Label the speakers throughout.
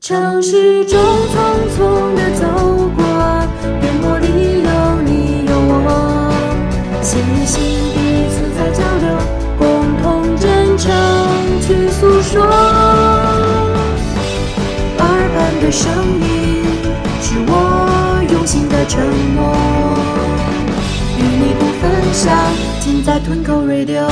Speaker 1: 城市中匆匆地走过，电波里有你有我，心与心彼此在交流，共同真诚去诉说。耳畔的声音是我用心的承诺，与你不分享，尽在吞口 radio。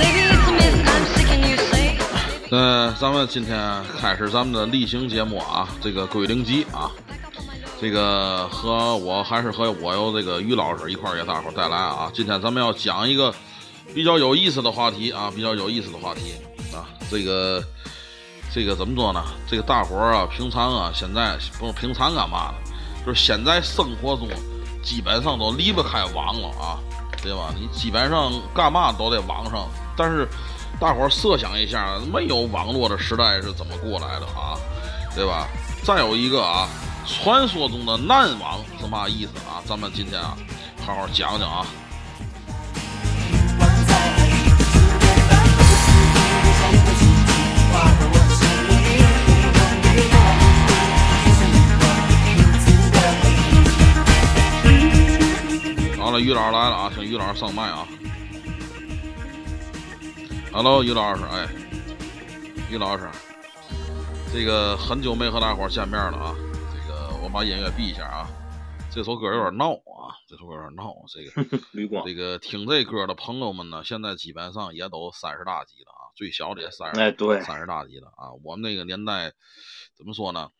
Speaker 2: Maybe it's a myth I'm sick and you say.
Speaker 3: 那咱们今天开始咱们的例行节目啊，这个归零集啊，这个和我还是和我有这个于老师一块儿给大伙儿带来啊，今天咱们要讲一个比较有意思的话题啊，比较有意思的话题啊，这个这个怎么说呢？这个大伙儿啊，平常啊，现在不是平常干嘛的，就是现在生活中基本上都离不开网了啊，对吧？你基本上干嘛都在网上，但是大伙儿设想一下，没有网络的时代是怎么过来的啊，对吧？再有一个啊，传说中的难网是嘛意思啊？咱们今天啊，好好讲讲啊。好了，于老师来了啊，请于老师上麦啊。Hello，于老师，哎，于老师，这个很久没和大伙儿见面了啊，这个我把音乐闭一下啊，这首歌有点闹啊，这首歌有点闹，这个。
Speaker 4: 吕光
Speaker 3: 这，个听这歌的朋友们呢，现在基本上也都三十大几了啊，最小的也三十、
Speaker 4: 哎，对，
Speaker 3: 三十大几了啊。我们那个年代怎么说呢？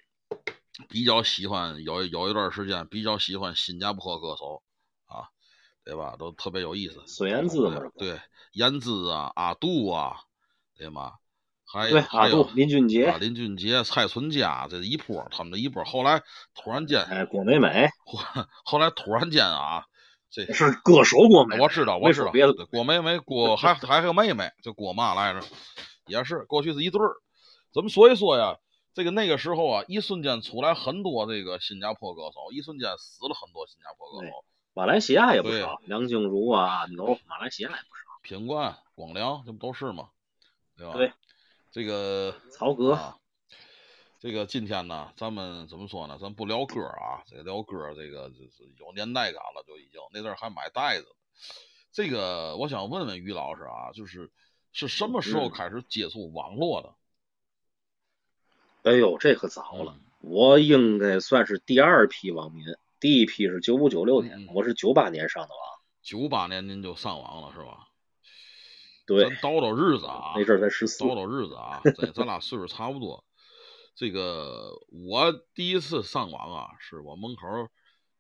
Speaker 3: 比较喜欢有有一段时间比较喜欢新加坡歌手啊，对吧？都特别有意思。
Speaker 4: 孙燕姿嘛，
Speaker 3: 对，燕姿啊，阿杜啊，对吗？还有
Speaker 4: 对，
Speaker 3: 还
Speaker 4: 阿
Speaker 3: 有
Speaker 4: 杜、林俊
Speaker 3: 啊
Speaker 4: 杰，
Speaker 3: 林俊杰、蔡淳佳这一波，他们的一波。后来突然间，
Speaker 4: 哎，郭美美
Speaker 3: 后来突然间啊， 这
Speaker 4: 是歌手郭美美
Speaker 3: 我，知道，我
Speaker 4: 没
Speaker 3: 知
Speaker 4: 说
Speaker 3: 道，
Speaker 4: 别的
Speaker 3: 对郭美美， 郭还还有个妹妹，就郭嘛来着，也是过去是一对儿。咱们所以说呀，这个那个时候啊，一瞬间出来很多这个新加坡歌手，一瞬间死了很多新加坡歌手，
Speaker 4: 马来西亚也不
Speaker 3: 对
Speaker 4: 少，梁静茹啊，牛，马来西亚也不少，
Speaker 3: 品冠、广良，这不都是吗？对吧？
Speaker 4: 对，
Speaker 3: 这个
Speaker 4: 曹格
Speaker 3: 啊，这个今天呢，咱们怎么说呢？咱不聊歌儿啊，这个聊歌儿这个就是有年代感了，就已经那阵儿还买袋子。这个我想问问于老师啊，就是是什么时候
Speaker 4: 嗯
Speaker 3: 开始接触网络的？
Speaker 4: 哎呦，这可早
Speaker 3: 嗯
Speaker 4: 了，我应该算是第二批网民，第一批是九五九六
Speaker 3: 嗯
Speaker 4: 年，
Speaker 3: 嗯
Speaker 4: 我是九八年上的网，
Speaker 3: 九八年您就上网了是吧？
Speaker 4: 对
Speaker 3: 咱，叨叨日子 啊，
Speaker 4: 那阵儿才十四
Speaker 3: 叨，叨日子啊，咱咱俩岁数差不多。这个我第一次上网啊，是我门口儿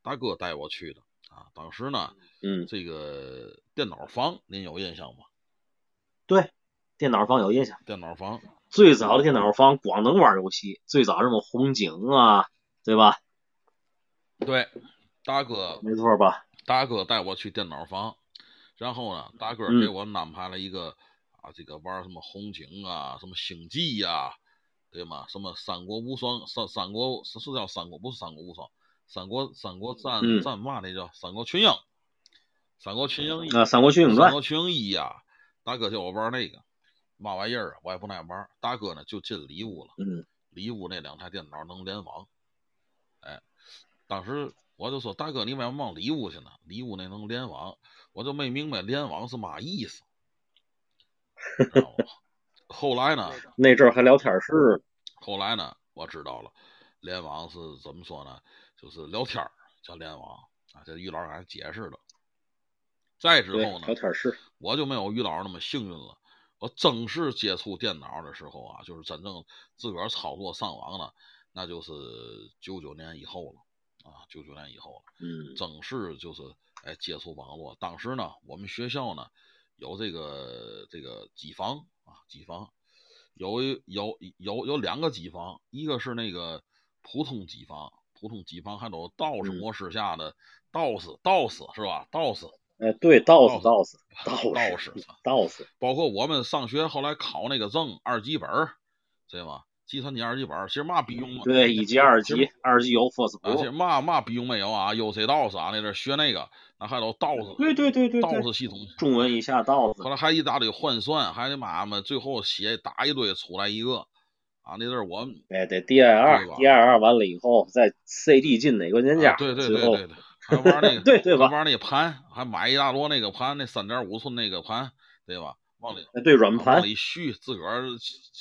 Speaker 3: 大哥带我去的啊。当时呢，
Speaker 4: 嗯，
Speaker 3: 这个电脑房您有印象吗？
Speaker 4: 对，电脑房有印象，
Speaker 3: 电脑房，
Speaker 4: 最早的电脑房光能玩游戏，最早什么红警啊，对吧？
Speaker 3: 对，大哥
Speaker 4: 没错吧？
Speaker 3: 大哥带我去电脑房，然后呢，大哥
Speaker 4: 嗯
Speaker 3: 给我安排了一个、啊，这个玩什么红警啊，什么星际呀、对吗？什么三国无双，三三国是是叫三国，不是三国无双，三国三国战、
Speaker 4: 嗯
Speaker 3: 战嘛那叫三国群英，三国群英一，
Speaker 4: 啊，《三国群英
Speaker 3: 三
Speaker 4: 传》
Speaker 3: 国群英一呀，大哥叫我玩那个，嘛玩意儿啊，我也不爱玩。大哥呢就进里屋了，
Speaker 4: 嗯，
Speaker 3: 里屋那两台电脑能联网，哎，当时我就说：“大哥，你为什么往里屋去呢？里屋那能联网，我就没明白联网是嘛意思。知道吗”后来呢，
Speaker 4: 那阵儿还聊天儿室，
Speaker 3: 后来呢，我知道了，联网是怎么说呢？就是聊天儿叫联网啊。这于老师还解释了。再之
Speaker 4: 对，
Speaker 3: 后呢
Speaker 4: 聊，天儿室，
Speaker 3: 我就没有于老师那么幸运了。我正式接触电脑的时候啊，就是真正自个儿操作上网呢，那就是九九年以后了啊，九九年以后了。
Speaker 4: 嗯，
Speaker 3: 正式就是哎接触网络。当时呢，我们学校呢有这个这个机房啊，机房有一有有有两个机房，一个是那个普通机房，普通机房还有道士
Speaker 4: 嗯
Speaker 3: 模式下的道士道士是吧？道士
Speaker 4: 哎，对，道士，
Speaker 3: 道
Speaker 4: 道士， 道
Speaker 3: 士
Speaker 4: 士，道士，
Speaker 3: 包括我们上学后来考那个证二级本儿，对吗？计算机二级本儿，其实嘛逼用嘛，
Speaker 4: 对，一级、二
Speaker 3: 其实啊
Speaker 4: 级，哦二级有 force
Speaker 3: 而且
Speaker 4: pro，
Speaker 3: 嘛嘛逼用没有啊，有谁道士啊？那阵儿学那个，那还有道士，
Speaker 4: 对对对对
Speaker 3: 道
Speaker 4: 对，
Speaker 3: 士系统，
Speaker 4: 中文一下道士
Speaker 3: 后，来还一大堆换算，还得妈妈最后写打一堆出来一个啊！那阵儿我们
Speaker 4: 哎，对
Speaker 3: 对吧
Speaker 4: ，DIR，DIR 完了以后再 CD 进哪关键
Speaker 3: 啊
Speaker 4: 价，
Speaker 3: 对对
Speaker 4: 最
Speaker 3: 对
Speaker 4: 后
Speaker 3: 对对，还玩那个，
Speaker 4: 对对吧
Speaker 3: 还玩那盘，还买一大摞那个盘，那三点五寸那个盘，对吧？往里
Speaker 4: 哎对软盘
Speaker 3: 往，里续，自个儿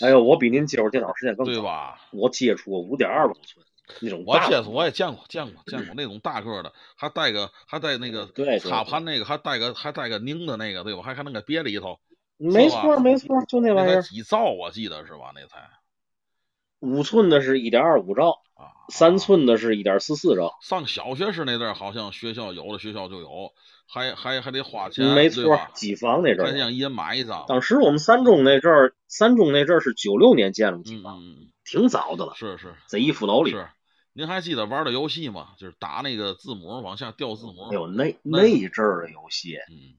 Speaker 4: 哎呦，我比您接触电脑时间更
Speaker 3: 对
Speaker 4: 早，
Speaker 3: 吧？
Speaker 4: 我接触过五点二五寸那种
Speaker 3: 我
Speaker 4: 大
Speaker 3: 接触我也见过，见过， 见过那种大个儿的，还带个还带那个
Speaker 4: 对对
Speaker 3: 插
Speaker 4: 对
Speaker 3: 盘那个，还带个还带个拧的那个，对吧？还还能给憋里头，
Speaker 4: 没
Speaker 3: 是吧
Speaker 4: 错没错，就那
Speaker 3: 那
Speaker 4: 玩意
Speaker 3: 才
Speaker 4: 儿，
Speaker 3: 几兆我记得是吧？那才
Speaker 4: 五寸的是一点二五兆，
Speaker 3: 啊，
Speaker 4: 三
Speaker 3: 啊
Speaker 4: 寸的是一点四四兆，
Speaker 3: 上小学时那阵儿，好像学校有的学校就有，还还还得花钱，
Speaker 4: 没
Speaker 3: 对
Speaker 4: 错
Speaker 3: 吧，
Speaker 4: 几房那阵
Speaker 3: 还得
Speaker 4: 儿。
Speaker 3: 让一人买一张。嗯
Speaker 4: 当时我们三中那阵儿，三中那阵儿是九六年建的
Speaker 3: 嗯
Speaker 4: 几房，
Speaker 3: 嗯，
Speaker 4: 挺早的了
Speaker 3: 嗯，是是
Speaker 4: 在一副楼里。
Speaker 3: 是。您还记得玩的游戏吗？就是打那个字母往下掉字母。
Speaker 4: 哎呦，那
Speaker 3: 那
Speaker 4: 那一阵儿的游戏，
Speaker 3: 嗯，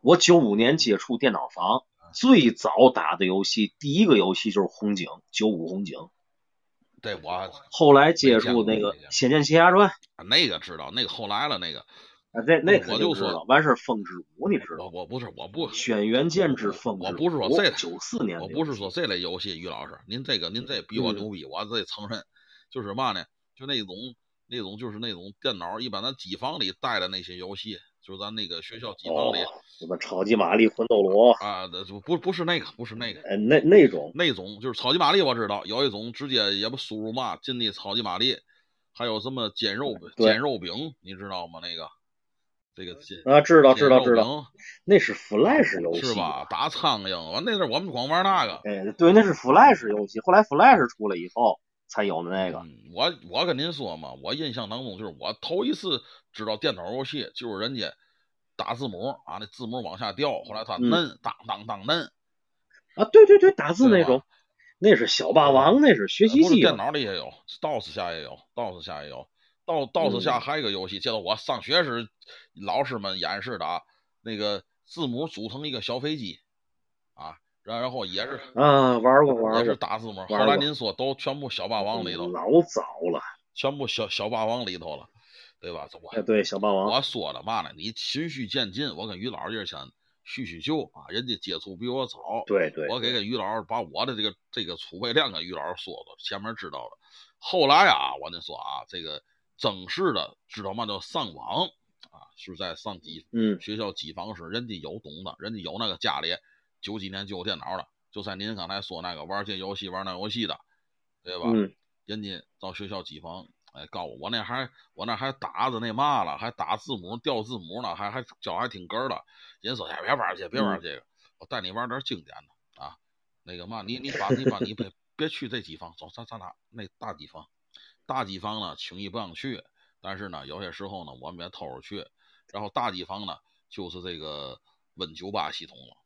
Speaker 4: 我九五年接触电脑房，最早打的游戏，第一个游戏就是红警，九五红警。
Speaker 3: 对我
Speaker 4: 后来接触那
Speaker 3: 没
Speaker 4: 个
Speaker 3: 见过
Speaker 4: 《仙剑奇侠传》，
Speaker 3: 那个知道，那个后来了，那个
Speaker 4: 啊，那那
Speaker 3: 嗯我
Speaker 4: 肯
Speaker 3: 就
Speaker 4: 定知
Speaker 3: 说
Speaker 4: 道。完事儿，风之谷你知
Speaker 3: 我
Speaker 4: 道？
Speaker 3: 我不是我不
Speaker 4: 轩辕剑之风之
Speaker 3: 我不是说
Speaker 4: 谷
Speaker 3: 这个
Speaker 4: 九四年的
Speaker 3: 我
Speaker 4: 游戏，嗯
Speaker 3: 不是说这类游戏，于老师，您这个您这比我牛逼，我这承认，就是嘛呢？就那种那种就是那种电脑，一般咱机房里带的那些游戏，就是咱那个学校机房
Speaker 4: 哦
Speaker 3: 里、，
Speaker 4: 什么超级玛丽、魂斗罗，
Speaker 3: 啊，不不不是那个，不是那个，
Speaker 4: 哎，那那种
Speaker 3: 那种就是超级玛丽，我知道有一种直接也不输入嘛，进的超级玛丽，还有什么煎肉
Speaker 4: 嗯对
Speaker 3: 煎肉饼，你知道吗？那个这个煎
Speaker 4: 啊，知道知
Speaker 3: 煎
Speaker 4: 道
Speaker 3: 肉
Speaker 4: 知道，
Speaker 3: 饼
Speaker 4: 那是 Flash 游戏
Speaker 3: 是吧？？打苍蝇，完那阵儿我们光玩那个。
Speaker 4: 哎，对，那是 Flash 游戏。后来 Flash 出来以后才有的那个。
Speaker 3: 嗯，我我跟您说嘛，我印象当中就是我头一次知道电脑游戏，就是人家打字母啊，那字母往下掉，后来它
Speaker 4: 嗯
Speaker 3: 摁，当当当摁，
Speaker 4: 啊，对对对，打字
Speaker 3: 对
Speaker 4: 那
Speaker 3: 吧
Speaker 4: 种，那是小霸王，那是学
Speaker 3: 呃
Speaker 4: 习
Speaker 3: 不是
Speaker 4: 机
Speaker 3: 电
Speaker 4: 嘛。
Speaker 3: 脑里也有，DOS 下也有，DOS 下也有，DOS DOS 下
Speaker 4: 嗯
Speaker 3: 还有一个游戏，记得我上学时老师们演示的啊，那个字母组成一个小飞机啊，然然后也是
Speaker 4: 啊，玩过
Speaker 3: 也
Speaker 4: 玩
Speaker 3: 是
Speaker 4: 过，
Speaker 3: 打字母，后
Speaker 4: 过嗯
Speaker 3: 来您说都全部小霸王里头，
Speaker 4: 老早了。
Speaker 3: 全部小小霸王里头了，对吧？这我
Speaker 4: 哎，对，小霸王，
Speaker 3: 我说了嘛呢？你循序渐进，我跟于老师就是想叙叙旧啊，人家接触比我早，
Speaker 4: 对对，
Speaker 3: 我给给于老师把我的这个这个储备量给于老师说了，前面知道了。后来啊，我跟你说啊，这个正式的知道嘛叫上网啊，是在上机
Speaker 4: 嗯，
Speaker 3: 学校机房时，人家有懂的，人家有那个家里九几年就有电脑了，就像您刚才说那个玩这游戏玩那游戏的，对吧？
Speaker 4: 嗯，
Speaker 3: 人家到学校机房，哎，告我，我那还我那还打着那嘛了，还打字母掉字母呢，还还脚还挺跟儿的。人说，哎，别玩儿这，别玩儿这个，我带你玩点儿经典的啊。那个嘛，你你把你把你别别去这机房，走，咱咱俩那大机房，大机房呢轻易不让去，但是呢，有些时候呢，我们也偷着去。然后大机房呢，就是这个 Win 九八系统了，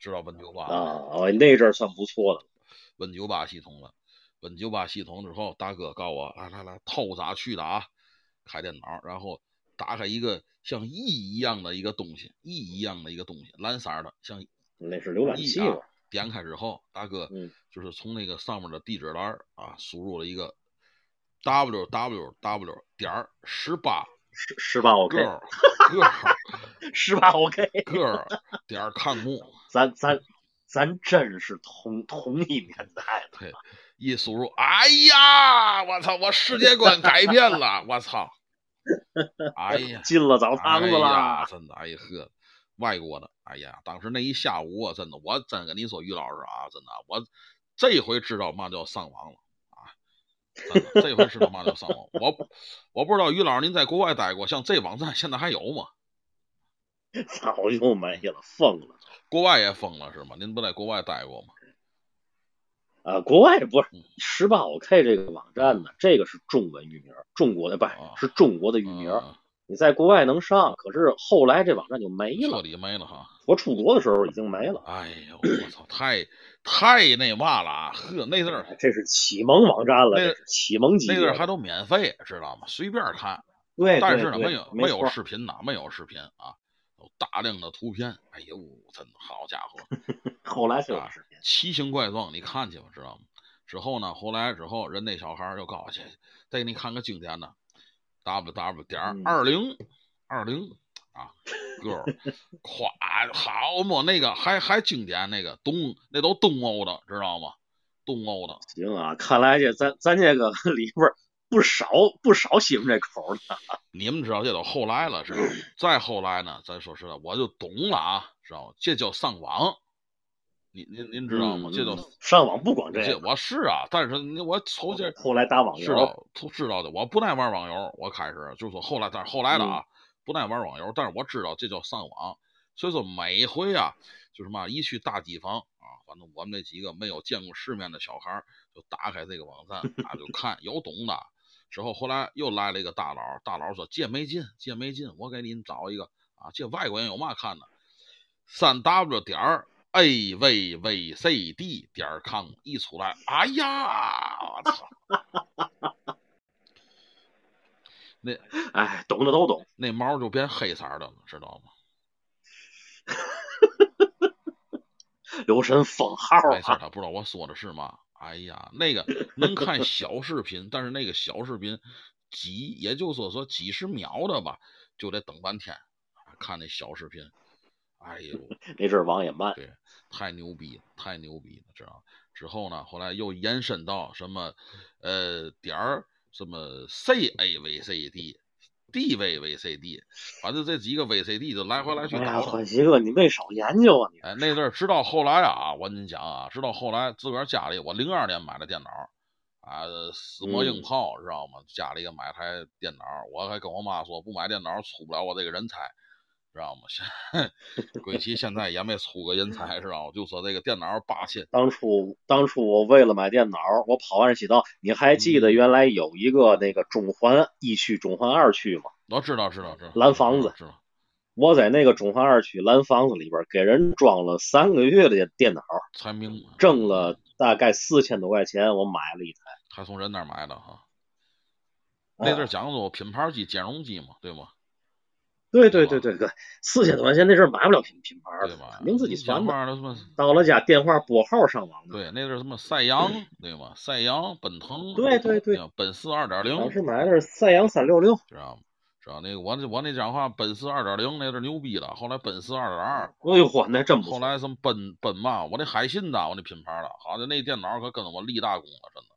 Speaker 3: 知道 Win 九八吗？
Speaker 4: 啊，哎那阵儿算不错的。
Speaker 3: Win 九八系统了。Win 九八系统之后，大哥告我，来来来，偷咋去的啊？开电脑，然后打开一个像 E 一样的一个东西，E 一样的一个东西，蓝色儿的，像
Speaker 4: 那是浏览器
Speaker 3: E 啊
Speaker 4: 嘛，。
Speaker 3: 点开之后，大哥
Speaker 4: 嗯
Speaker 3: 就是从那个上面的地址栏儿啊，输入了一个 w w w 点儿十八
Speaker 4: 十十八 OK，
Speaker 3: 个儿个儿
Speaker 4: 十八 OK，
Speaker 3: 个儿点 儿看木，
Speaker 4: 咱咱咱真是同同一年代的。
Speaker 3: 对，一输入，哎呀，我操，我世界观改变了，我 操，哎呀，
Speaker 4: 进了澡堂子
Speaker 3: 哎呀
Speaker 4: 啦，
Speaker 3: 真的，哎呀呵，外国的，哎呀，当时那一下午啊，真的，我真跟你说，于老师啊，真的，我这回知道嘛叫上网了啊，真的，这回知道嘛叫上网。我不我不知道于老师您在国外待过，像这网站现在还有吗？
Speaker 4: 早就没了，疯了
Speaker 3: 国外也封了是吗？您不在国外待过吗？
Speaker 4: 啊！国外不是
Speaker 3: 嗯
Speaker 4: 时报，我看这个网站呢，这个是中文域名，中国的不是
Speaker 3: 啊
Speaker 4: 是中国的域名，
Speaker 3: 呃
Speaker 4: 你在国外能上，可是后来这网站就没
Speaker 3: 嗯，彻
Speaker 4: 了。
Speaker 3: 底没了哈。
Speaker 4: 我出国的时候已经没了，
Speaker 3: 哎呦，我操，太太那嘛了啊！呵，那阵儿
Speaker 4: 哎这是启蒙网站了，
Speaker 3: 那
Speaker 4: 这是启蒙级
Speaker 3: 那
Speaker 4: 别
Speaker 3: 阵儿
Speaker 4: 的。
Speaker 3: 还都免费，知道吗？随便看。
Speaker 4: 对，
Speaker 3: 但
Speaker 4: 哎对
Speaker 3: 是呢，
Speaker 4: 对
Speaker 3: 没有
Speaker 4: 没
Speaker 3: 没有
Speaker 4: 错
Speaker 3: 视频呐，没有视频啊，有大量的图片。哎呦，真的好家伙，
Speaker 4: 后来
Speaker 3: 啊
Speaker 4: 就有视频。
Speaker 3: 奇形怪状，你看去吧，知道吗？之后呢，后来之后，人那小孩儿就告诉去，再给你看个经典的，w w 点儿
Speaker 4: 嗯
Speaker 3: 二零二零啊，哥儿，夸好嘛，那个还还经典那个东，那都东欧的，知道吗？东欧的，
Speaker 4: 行啊，看来这咱咱这个里边儿不少不少喜欢这口儿的。
Speaker 3: 你们知道这都后来了，知道吗？再后来呢，咱说实在，我就懂了啊，知道吗？这叫上网，您您您知道吗？
Speaker 4: 嗯
Speaker 3: 这叫
Speaker 4: 上网不光这
Speaker 3: 这
Speaker 4: 个，
Speaker 3: 我是啊，但是你我从这
Speaker 4: 后来打网
Speaker 3: 知
Speaker 4: 游，
Speaker 3: 道都知道的，我不爱玩网游，我开始就是说后来，但是后来了
Speaker 4: 嗯
Speaker 3: 啊，不爱玩网游，但是我知道这叫上网，所以说每回啊，就是嘛，一去大机房啊，反正我们那几个没有见过世面的小孩儿就打开这个网站啊，就看有懂的。之后后来又来了一个大佬，大佬说这没劲，这没劲，我给您找一个啊，这外国人有嘛看的？三 w 点儿 a v v c d 点儿 com 一出来，哎呀，我操！
Speaker 4: 哎，懂的都懂。
Speaker 3: 那毛就变黑色儿的了，知道吗？
Speaker 4: 留神封号
Speaker 3: 没事儿，
Speaker 4: 啊！
Speaker 3: 他不知道我说的是嘛。哎呀，那个能看小视频，但是那个小视频几，也就是说说几十秒的吧，就得等半天啊看那小视频。哎呦，
Speaker 4: 那阵儿网也慢，
Speaker 3: 太牛逼，太牛逼了，知道吗？之后呢，后来又延伸到什么，呃，点儿什么 C A V C D D V V C D，反正这几个 V C D 就来回来去
Speaker 4: 哎呀，
Speaker 3: 倒腾。
Speaker 4: 欢喜哥，你没少研究啊！你
Speaker 3: 哎，那阵儿直到后来啊，我跟你讲啊，直到后来自个儿家里，我零二年买的电脑儿，啊，死磨硬
Speaker 4: 嗯
Speaker 3: 泡，知道吗？家里也买台电脑儿，我还跟我妈说，不买电脑儿出不了我这个人才，知道吗？现 鬼奇现在也没出个人才，知道吗？就说这个电脑儿八千，
Speaker 4: 当初当初我为了买电脑，我跑万世喜道，你还记
Speaker 3: 嗯
Speaker 4: 得原来有一个那个中环一区、中环二区吗？
Speaker 3: 我知道知道知道，
Speaker 4: 蓝房子
Speaker 3: 知道，
Speaker 4: 我在那个中环二区蓝房子里边儿给人装了三个月的电脑，
Speaker 3: 才明白，
Speaker 4: 挣了大概四千多块钱，我买了一台。
Speaker 3: 还从人那儿买的哈。那
Speaker 4: 啊
Speaker 3: 阵儿讲究品牌机、兼容机嘛，对吗？
Speaker 4: 对对对对对，四千多块钱那阵儿买不了品品牌儿
Speaker 3: 对吧
Speaker 4: 的，？肯定自己
Speaker 3: 想
Speaker 4: 想的。
Speaker 3: 法的什么？
Speaker 4: 到了家电话拨号上网的，
Speaker 3: 对，那阵儿什么赛扬，对吗？赛扬、奔腾，
Speaker 4: 对对对，
Speaker 3: 奔四二点零，
Speaker 4: 当时买的是赛扬三六六，
Speaker 3: 知道吗？知道那个我那我那讲话奔四二点零那阵儿牛逼了，后来奔四二点二，
Speaker 4: 哎呦嚯，那真不
Speaker 3: 后
Speaker 4: 错。
Speaker 3: 来什么奔奔嘛，我那海信呐，我那品牌的，好像那电脑可跟我立大功了，真的，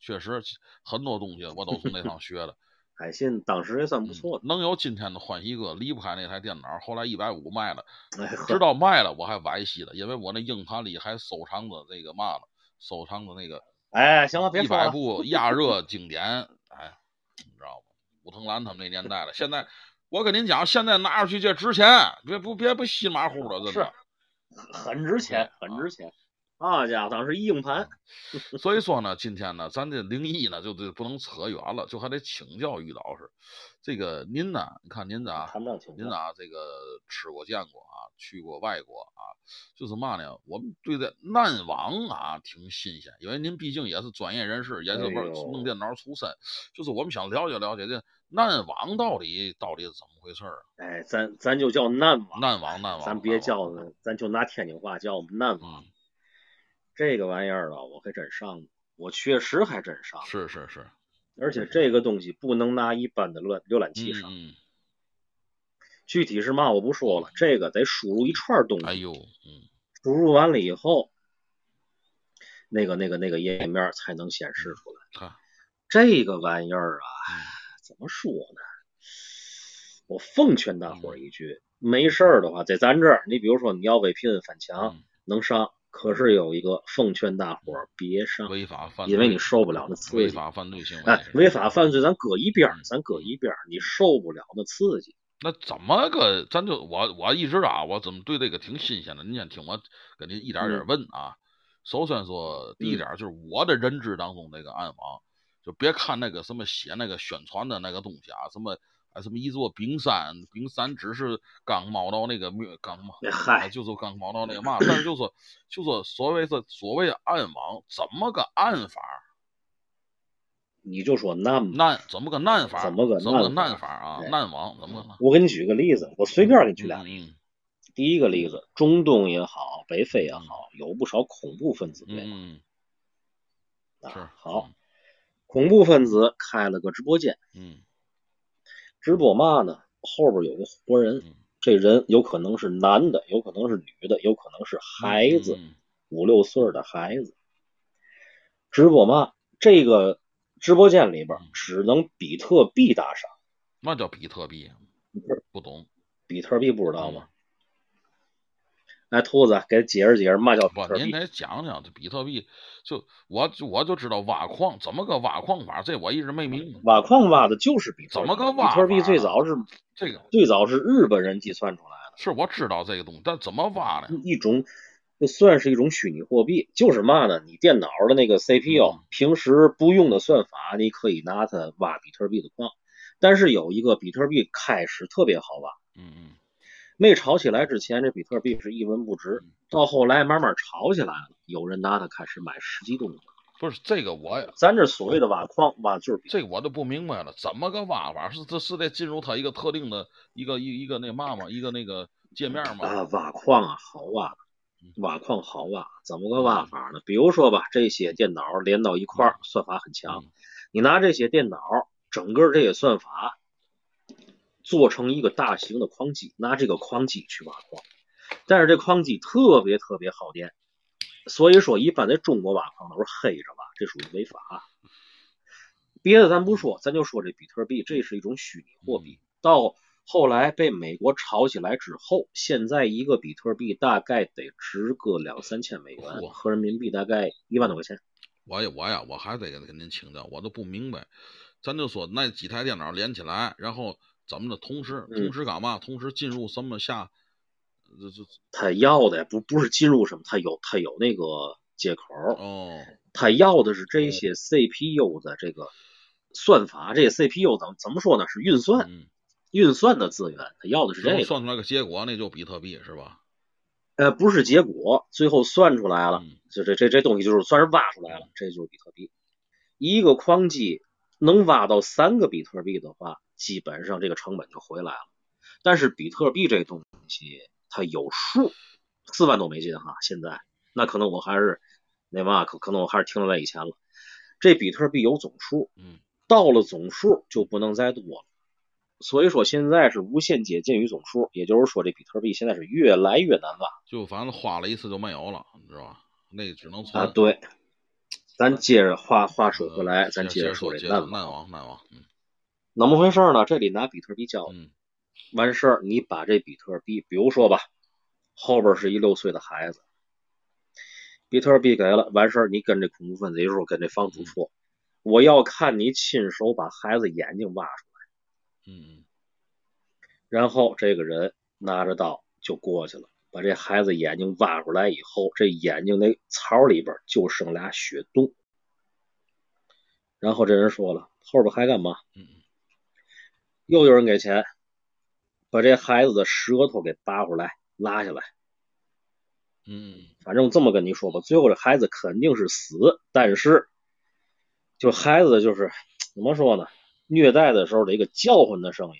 Speaker 3: 确实很多东西我都从那上学的。
Speaker 4: 海信当时也算 不
Speaker 3: 嗯
Speaker 4: 错的，
Speaker 3: 能有今天的欢喜哥，离不开那台电脑。后来一百五卖了，
Speaker 4: 哎呵
Speaker 3: 知道卖了我还惋惜了，因为我那硬盘里还收藏着那个嘛了，收藏着那个
Speaker 4: 哎，行了，别
Speaker 3: 一
Speaker 4: 说
Speaker 3: 百
Speaker 4: 了，
Speaker 3: 部亚热经典，哎，你知道吗？武藤兰他们那年代了。现在我跟您讲，现在拿出去这值钱，别不别不稀里马虎的，真的。
Speaker 4: 很值钱，
Speaker 3: 对
Speaker 4: 很值钱。啊家伙，当时一硬盘，
Speaker 3: 所以说呢，今天呢，咱这灵异呢，就这不能扯远了，就还得请教于老师。这个您呢，你看您啊，
Speaker 4: 谈不上情
Speaker 3: 您
Speaker 4: 况。
Speaker 3: 啊，这个吃过见过啊，去过外国啊，就是嘛呢？我们对这难网啊挺新鲜，因为您毕竟也是专业人士，也是玩
Speaker 4: 哎呦
Speaker 3: 弄电脑出身，就是我们想了解了解这难网到底到底是怎么回事儿啊？啊
Speaker 4: 哎，咱咱就叫难网，
Speaker 3: 难网，嗯难网，
Speaker 4: 咱别
Speaker 3: 难网
Speaker 4: 叫，咱就拿天津话叫难
Speaker 3: 嗯，
Speaker 4: 网。这个玩意儿啊，我还真上过，我确实还真上过，
Speaker 3: 是是是，
Speaker 4: 而且这个东西不能拿一般的浏浏览器上。
Speaker 3: 嗯嗯，
Speaker 4: 具体是嘛我不说了，这个得输入一串东
Speaker 3: 哎
Speaker 4: 西，
Speaker 3: 呦，嗯
Speaker 4: 输入完了以后，那个那个那个页面才能显示出来。
Speaker 3: 看
Speaker 4: 这个玩意儿啊，
Speaker 3: 嗯
Speaker 4: 怎么说呢？我奉劝大
Speaker 3: 嗯
Speaker 4: 伙儿一句，没事儿的话，在咱这儿，你比如说你要违聘反强，
Speaker 3: 嗯
Speaker 4: 能上，可是有一个奉劝大伙儿别上，
Speaker 3: 嗯违法犯罪，
Speaker 4: 因为你受不了那刺激
Speaker 3: 违法犯罪行为，嗯
Speaker 4: 哎，违法犯罪咱搁一边儿，咱搁一边儿，你受不了那刺激。
Speaker 3: 那怎么个？咱就我我一直啊，我怎么对这个挺新鲜的？您先听我给您一点
Speaker 4: 嗯
Speaker 3: 点问啊。首先说第一点，就是我的认知当中这个暗网，就别看那个什么写那个宣传的那个东西啊，什么啊什么一座冰山，冰山只是刚冒到那个面，刚冒
Speaker 4: 哎
Speaker 3: 啊，
Speaker 4: 嗨，
Speaker 3: 就是刚冒到那个嘛。但是就说就说所谓是所谓的暗网，怎么个暗法？
Speaker 4: 你就说那么，
Speaker 3: 难怎么个难法？
Speaker 4: 怎么个
Speaker 3: 怎么个
Speaker 4: 难
Speaker 3: 难
Speaker 4: 法
Speaker 3: 法啊？
Speaker 4: 哎
Speaker 3: 难网怎么个难？
Speaker 4: 我给你举个例子，我随便给你举俩
Speaker 3: 嗯嗯
Speaker 4: 第一个例子，中东也好，北非也好，有不少恐怖分子
Speaker 3: 嗯
Speaker 4: 对
Speaker 3: 嗯嗯，
Speaker 4: 吧
Speaker 3: 是
Speaker 4: 啊。好
Speaker 3: 嗯，
Speaker 4: 恐怖分子开了个直播间，
Speaker 3: 嗯
Speaker 4: 直播嘛呢？后边有个活人
Speaker 3: 嗯，
Speaker 4: 这人有可能是男的，有可能是女的，有可能是孩子，
Speaker 3: 嗯
Speaker 4: 五六岁的孩子。直播嘛，这个直播间里
Speaker 3: 嗯
Speaker 4: 边只能比特币打赏，
Speaker 3: 那叫比特 币，不懂，嗯
Speaker 4: 比特币不知道吗？哎，兔子给解释解释嘛叫比
Speaker 3: 不，
Speaker 4: 特
Speaker 3: 您
Speaker 4: 币？
Speaker 3: 给讲讲这比特币，就我就我就知道挖矿怎么个挖矿法，这我一直没明白。
Speaker 4: 挖矿挖的就是比特
Speaker 3: 怎
Speaker 4: 币，
Speaker 3: 么个
Speaker 4: 比
Speaker 3: 挖
Speaker 4: 特币
Speaker 3: 法
Speaker 4: 最
Speaker 3: 啊
Speaker 4: 早是
Speaker 3: 这个
Speaker 4: 最早是日本人计算出来
Speaker 3: 是我知道这个东西，但怎么挖呢？
Speaker 4: 的一种，就算是一种虚拟货币，就是嘛呢？你电脑的那个 CPU，、
Speaker 3: 嗯
Speaker 4: 平时不用的算法，你可以拿它挖比特币的矿。但是有一个比特币开始特别好挖，
Speaker 3: 嗯嗯
Speaker 4: 没炒起来之前，这比特币是一文不值
Speaker 3: 嗯，
Speaker 4: 到后来慢慢炒起来了，有人拿它开始买实际东西。
Speaker 3: 不是这个我也
Speaker 4: 咱这所谓的挖矿，挖的就是比特
Speaker 3: 这个我都不明白了，怎么个挖法？是这是得进入它一个特定的一个一一个那嘛嘛，一个那个界面
Speaker 4: 币啊
Speaker 3: 吗？，嗯
Speaker 4: 挖矿啊，好挖。挖矿好挖，怎么个挖法呢？比如说吧，这些电脑连到一块儿，算法很强，
Speaker 3: 嗯
Speaker 4: 你拿这些电脑，整个这些算法做成一个大型的矿机，拿这个矿机去挖矿。但是这矿机特别特别耗电，所以说一般在中国挖矿都是黑着挖，这属于违法。别的咱不说，咱就说这比特币，这是一种虚拟货
Speaker 3: 嗯
Speaker 4: 币。到后来被美国炒起来之后，现在一个比特币大概得值个两三千美元
Speaker 3: 嚯，
Speaker 4: 合人民币大概一万多块钱。
Speaker 3: 我也我呀，我还得跟您请教，我都不明白。咱就说那几台电脑连起来，然后怎么的，同时
Speaker 4: 嗯
Speaker 3: 同时干嘛？同时进入什么下？这这
Speaker 4: 他要的不不是进入什么，他有他有那个接口，
Speaker 3: 哦，
Speaker 4: 他要的是这些 CPU 的这个算法，这些 CPU 怎么怎么说呢？是运算
Speaker 3: 嗯，
Speaker 4: 运算的资源，他要的是
Speaker 3: 最后
Speaker 4: 这个，
Speaker 3: 算出来个结果，那就比特币是吧？
Speaker 4: 呃，不是结果，最后算出来了，
Speaker 3: 嗯
Speaker 4: 就这这这东西就是算是挖出来了，这就是比特币。一个矿机能挖到三个比特币的话，基本上这个成本就回来了。但是比特币这东西它有数，四万多美金哈，现在那可能我还是那嘛，可可能我还是停留在以前了。这比特币有总数，
Speaker 3: 嗯，
Speaker 4: 到了总数就不能再多了。所以说现在是无限接近于总数，也就是说这比特币现在是越来越难挖。
Speaker 3: 就反正花了一次就没有了，你知道吧？那只能存
Speaker 4: 啊，对，咱接着话话说回来，
Speaker 3: 呃
Speaker 4: 咱
Speaker 3: 接
Speaker 4: 着
Speaker 3: 说
Speaker 4: 这
Speaker 3: 难
Speaker 4: 难啊网，
Speaker 3: 网难网，嗯
Speaker 4: 怎么回事呢？这里拿比特币交易
Speaker 3: 嗯
Speaker 4: 完事儿，你把这比特币，比如说吧，后边是一六岁的孩子，比特币给了完事儿，你跟这恐怖分子一说，跟这房
Speaker 3: 嗯
Speaker 4: 主说，我要看你亲手把孩子眼睛挖出来，
Speaker 3: 嗯
Speaker 4: 然后这个人拿着刀就过去了。把这孩子眼睛挖出来以后，这眼睛那槽里边就剩俩血洞。然后这人说了，后边还干嘛？
Speaker 3: 嗯嗯
Speaker 4: 又有人给钱，把这孩子的舌头给拔出来拉下来。
Speaker 3: 嗯嗯，
Speaker 4: 反正我这么跟你说吧，最后这孩子肯定是死，但是就孩子就是怎么说呢？虐待的时候的一个叫唤的声音，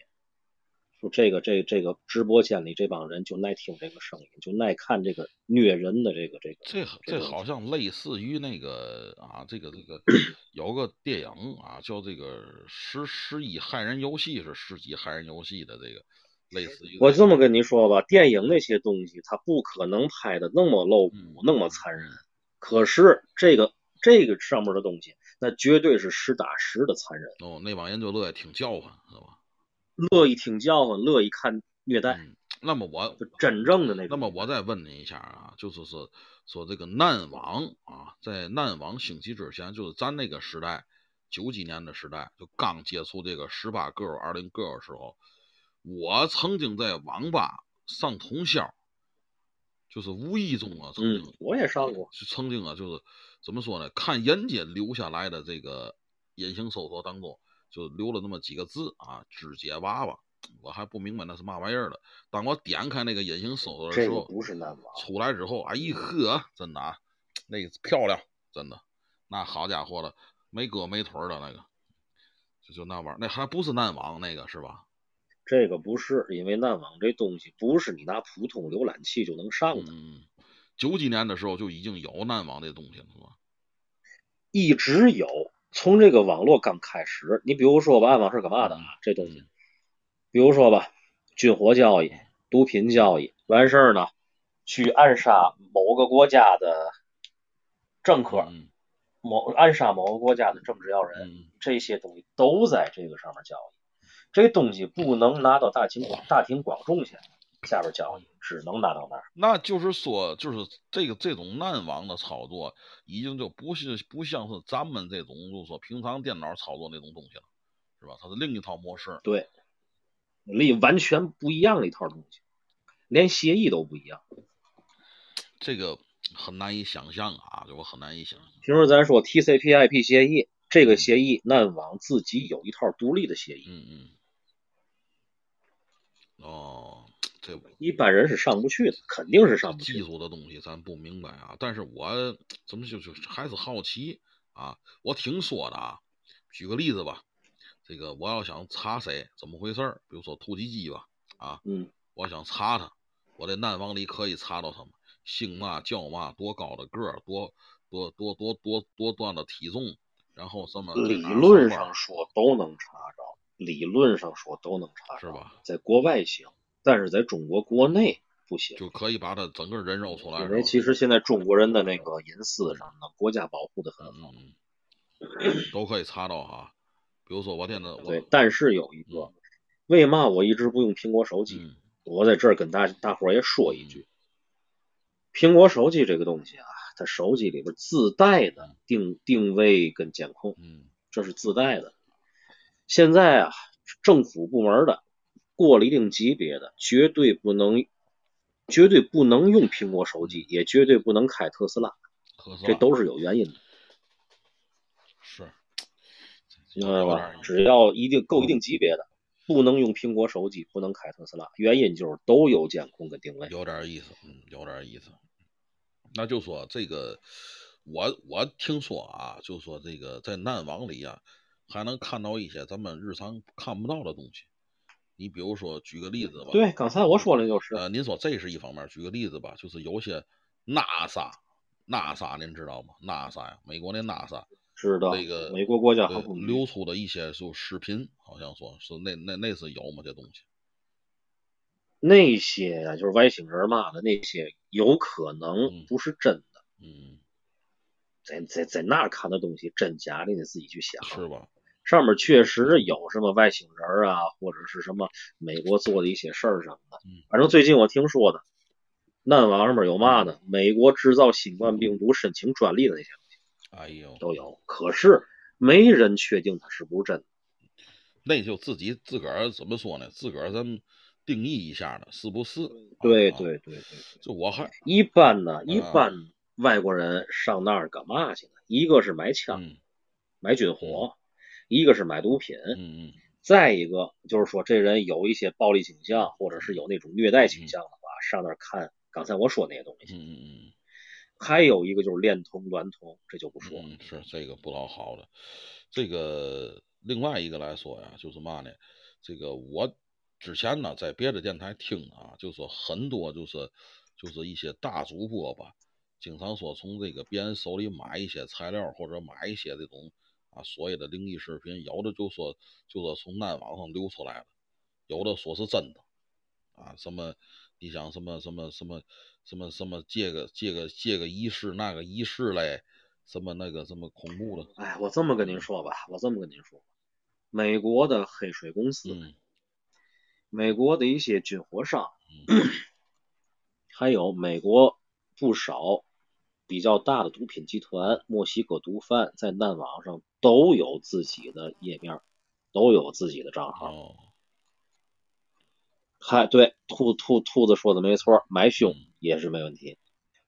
Speaker 4: 说这个这这个直播间里这帮人就爱听这个声音，就爱看这个虐人的这个这个。
Speaker 3: 这好
Speaker 4: 这
Speaker 3: 这
Speaker 4: 个
Speaker 3: 好像类似于那个啊，这个这 个有个电影啊，叫这个《十十一害人游戏》，是十几害人游戏的这个，类似于
Speaker 4: 我
Speaker 3: 这
Speaker 4: 这
Speaker 3: 个
Speaker 4: 么跟你说吧，电影那些东西它不可能拍的那么露骨
Speaker 3: 嗯，
Speaker 4: 那么残忍，可是这个这个上面的东西，那绝对是实打实的残忍。
Speaker 3: 哦，那帮研究乐也挺叫唤，是吧？
Speaker 4: 乐意听叫唤，乐意看虐待，
Speaker 3: 嗯，那么我
Speaker 4: 就真正的那
Speaker 3: 那
Speaker 4: 种。
Speaker 3: 么我再问您一下啊，就是说说这个难王啊，在难王兴起之前，就是咱那个时代，九几年的时代，就刚接触这个十八个儿、二零个儿的时候，我曾经在网吧上通宵，就是无意中啊，曾经、
Speaker 4: 嗯，我也上过。
Speaker 3: 是曾经啊，就是怎么说呢？看人家留下来的这个隐形搜索当中，就留了那么几个字啊，“指节娃娃”，我还不明白那是嘛玩意儿了。当我点开那个隐形搜索的
Speaker 4: 这
Speaker 3: 时
Speaker 4: 个
Speaker 3: 候，
Speaker 4: 不是难王，
Speaker 3: 出来之后，哎呵，真的啊，那个漂亮，真的，那好家伙了，没胳没腿儿的那个，就就那玩意儿，那还不是难网那个是吧？
Speaker 4: 这个不是，因为难网这东西不是你拿普通浏览器就能上的，
Speaker 3: 嗯，九几年的时候就已经有难网这东西了，是吧？
Speaker 4: 一直有。从这个网络刚开始，你比如说吧，暗网是干嘛的啊？这东西
Speaker 3: 嗯，
Speaker 4: 比如说吧，军火交易、毒品交易，完事儿呢，去暗杀某个国家的政客，
Speaker 3: 嗯
Speaker 4: 某暗杀某个国家的政治要人，
Speaker 3: 嗯
Speaker 4: 这些东西都在这个上面交易。这东西不能拿到大庭广大庭广众下下边交易，只能拿到那儿。
Speaker 3: 那就是说，就是这个这种难网的操作，已经就不是不像是咱们这种就是说平常电脑操作那种东西了，是吧？它是另一套模式。
Speaker 4: 对，另完全不一样的一套东西，连协议都不一样。
Speaker 3: 这个很难以想象啊，就我很难以想象。
Speaker 4: 平时咱说 TCP/IP 协议，这个协议难网自己有一套独立的协议，
Speaker 3: 嗯嗯。哦，这
Speaker 4: 一般人是上不去的，肯定是上不去
Speaker 3: 技
Speaker 4: 的。
Speaker 3: 术的东西咱不明白啊，但是我怎么就就还是好奇啊？我听说的啊，举个例子吧，这个我要想查谁怎么回事儿，比如说突击机吧，啊，
Speaker 4: 嗯，
Speaker 3: 我想查他，我在难网里可以查到他们，姓嘛叫嘛，多高的个儿，多多多多多多段的体重，然后什么
Speaker 4: 理
Speaker 3: 哪儿
Speaker 4: 论
Speaker 3: 上班
Speaker 4: 上说都能查着，理论上说都能查
Speaker 3: 是
Speaker 4: 着，
Speaker 3: 吧？
Speaker 4: 在国外行，但是在中国国内不行。
Speaker 3: 就可以把他整个人肉出来。
Speaker 4: 因
Speaker 3: 是
Speaker 4: 为
Speaker 3: 吧
Speaker 4: 其实现在中国人的那个隐私什么的，国家保护的很好。
Speaker 3: 嗯嗯，都可以查到啊。比如说我现在我
Speaker 4: 对，但是有一个，为嘛我一直不用苹果手机？
Speaker 3: 嗯
Speaker 4: 我在这儿跟大大伙儿也说一句，苹果手机这个东西啊，它手机里边自带的定定位跟监控，
Speaker 3: 嗯
Speaker 4: 这是自带的。现在啊，政府部门的过了一定级别的，绝对不能，绝对不能用苹果手机，也绝对不能开特斯拉，
Speaker 3: 特斯
Speaker 4: 这
Speaker 3: 拉
Speaker 4: 都是有原因的。
Speaker 3: 是
Speaker 4: 明白吧？只要一定够一定级别的，不能用苹果手机，不能开特斯拉，原因就是都有监控跟定位。
Speaker 3: 有点意思，嗯，有点意思。那就说这个，我我听说啊，就说这个在难网里啊，还能看到一些咱们日常看不到的东西。你比如说，举个例子吧，
Speaker 4: 对，刚才我说的就是，
Speaker 3: 呃，您说这是一方面，举个例子吧，就是有些 NASA，NASA 您知道吗？NASA 呀，美国那 NASA，
Speaker 4: 知道
Speaker 3: 那个
Speaker 4: 美国国家
Speaker 3: 呃
Speaker 4: 航空局
Speaker 3: 流出的一些就视频，好像说是那那那是有吗？这东西？
Speaker 4: 那些呀，就是外星人嘛的那些，有可
Speaker 3: 嗯
Speaker 4: 能不是真的，
Speaker 3: 嗯，
Speaker 4: 在在在那儿看的东西，真假的你自己去想。
Speaker 3: 是吧？
Speaker 4: 上面确实有什么外星人啊，或者是什么美国做的一些事儿什么的
Speaker 3: 嗯。
Speaker 4: 反正最近我听说的，那网上面有嘛
Speaker 3: 嗯
Speaker 4: 呢？美国制造新冠病毒申请专利的那些。
Speaker 3: 哎呦，
Speaker 4: 都有，可是没人确定它是不是真的。
Speaker 3: 那就自己自个儿怎么说呢？自个儿咱们定义一下呢，是不是？
Speaker 4: 对
Speaker 3: 啊，
Speaker 4: 对对对，
Speaker 3: 就我还
Speaker 4: 一般呢，一般外国人上那儿干嘛去呢？一个是买枪、
Speaker 3: 嗯
Speaker 4: 买军火，一个是买毒品，
Speaker 3: 嗯嗯
Speaker 4: 再一个就是说这人有一些暴力倾向，或者是有那种虐待倾向的话，上那儿看刚才我说那些东
Speaker 3: 嗯
Speaker 4: 西。
Speaker 3: 嗯
Speaker 4: 还有一个就是恋童、娈童，这就不说了。
Speaker 3: 嗯，是这个不老好的。这个另外一个来说呀，就是嘛呢？这个我之前呢在别的电台听啊，就说很多就是就是一些大主播吧，经常说从这个别人手里买一些材料或者买一些这种啊所谓的灵异视频，有的就说就说从难网上流出来的，有的说是真的。啊，什么你想什么什么什么什么什么这个这个这个仪式那个仪式嘞，什么那个什么恐怖的，
Speaker 4: 哎，我这么
Speaker 3: 嗯
Speaker 4: 跟您说吧，我这么跟您说吧，美国的黑水公司，
Speaker 3: 嗯
Speaker 4: 美国的一些军火商，
Speaker 3: 嗯
Speaker 4: 还有美国不少比较大的毒品集团，墨西哥毒贩在难网上都有自己的页面，都有自己的账号。
Speaker 3: 哦，
Speaker 4: 嗨，对，兔兔兔子说的没错，买凶也是没问题。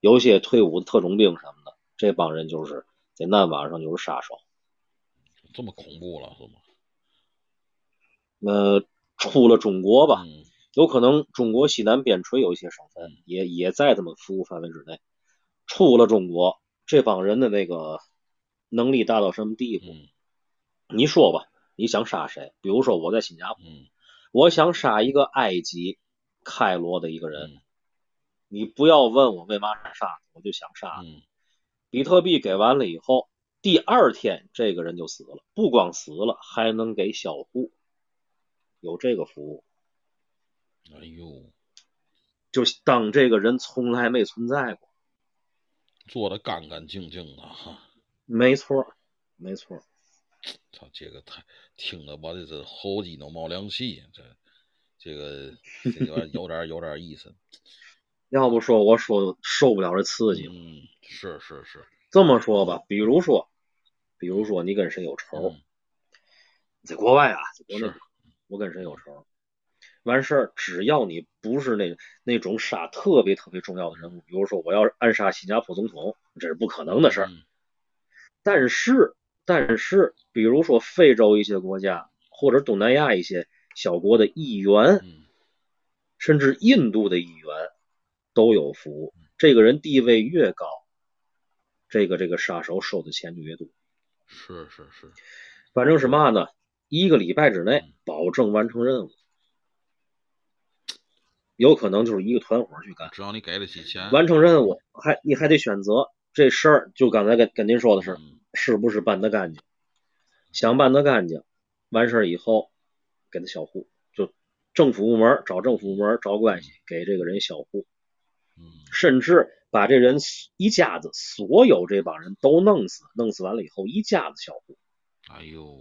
Speaker 4: 有些退伍的特种兵什么的，这帮人就是在难网上就是杀手。
Speaker 3: 这么恐怖了是吗？
Speaker 4: 呃，出了中国吧，
Speaker 3: 嗯
Speaker 4: 有可能中国西南边陲有一些省份也也在他们服务范围之内。出了中国，这帮人的那个能力大到什么地步？
Speaker 3: 嗯
Speaker 4: 你说吧，你想杀谁？比如说我在新加坡，
Speaker 3: 嗯
Speaker 4: 我想杀一个埃及开罗的一个人，
Speaker 3: 嗯
Speaker 4: 你不要问我为嘛杀他，我就想杀他。
Speaker 3: 嗯
Speaker 4: 比特币给完了以后，第二天这个人就死了，不光死了，还能给销户，有这个服务。
Speaker 3: 嗯，哎呦，
Speaker 4: 就当这个人从来没存在过。
Speaker 3: 做的干干净净的哈。
Speaker 4: 没错儿，没错儿。
Speaker 3: 操，这个太听得我这是后脊都冒凉气，这这 个这个有点有点意思。
Speaker 4: 要不说我说受不了这刺激了。
Speaker 3: 嗯，是是是，
Speaker 4: 这么说吧，比如说，比如说你跟谁有仇，
Speaker 3: 嗯
Speaker 4: 在国外啊，在国内
Speaker 3: 是，
Speaker 4: 我跟谁有仇，完事儿，只要你不是那那种杀特别特别重要的人物，比如说我要是暗杀新加坡总统，这是不可能的事儿。
Speaker 3: 嗯
Speaker 4: 但是，但是，比如说非洲一些国家，或者东南亚一些小国的议员，
Speaker 3: 嗯
Speaker 4: 甚至印度的议员都有服务。这个人地位越高，这个这个杀手收的钱就越多。
Speaker 3: 是是是，
Speaker 4: 反正是嘛呢，一个礼拜之内保证完成任务，有可能就是一个团伙去干。
Speaker 3: 只要你给得起钱，
Speaker 4: 完成任务还你还得选择这事儿，就刚才跟跟您说的是，
Speaker 3: 嗯
Speaker 4: 是不是办得干净？想办得干净，完事儿以后给他销户，就政府部门儿找政府部门儿找关系给这个人销户，
Speaker 3: 嗯
Speaker 4: 甚至把这人一家子所有这帮人都弄死，弄死完了以后一家子销户，
Speaker 3: 哎呦，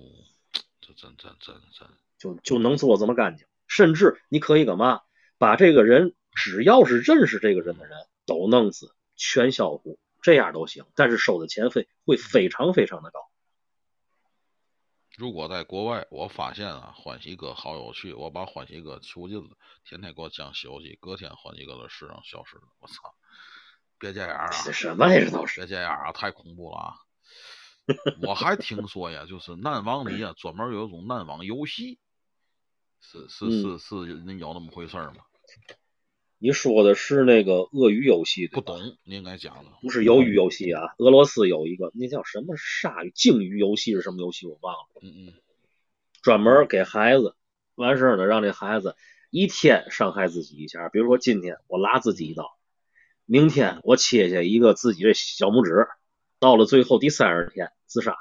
Speaker 3: 这真真真真，
Speaker 4: 就就能做这么干净。甚至你可以干嘛？把这个人只要是认识这个人的人都弄死，全销户，这样都行。但是收的钱费会非常非常的高。
Speaker 3: 如果在国外，我发现啊，欢喜哥好有趣，我把欢喜哥囚禁了，天天给我讲《西游记》，隔天欢喜哥在世上消失了，我操！别这样啊！
Speaker 4: 这什么呀？这都是
Speaker 3: 别这样啊，太恐怖了啊！我还听说呀，就是 难网里啊，专门有一种难网游戏，是是是
Speaker 4: 嗯
Speaker 3: 是，有那么回事儿吗？
Speaker 4: 你说的是那个鳄鱼游戏，
Speaker 3: 不
Speaker 4: 对吧
Speaker 3: 懂，你应该讲的。
Speaker 4: 不是鱿鱼游戏啊。俄罗斯有一个那叫什么鲨鱼鲸鱼游戏是什么游戏我忘了，
Speaker 3: 嗯嗯，
Speaker 4: 专门给孩子完事儿呢，让这孩子一天伤害自己一下。比如说今天我拉自己一刀，明天我切下一个自己的小拇指，到了最后第三十天自杀，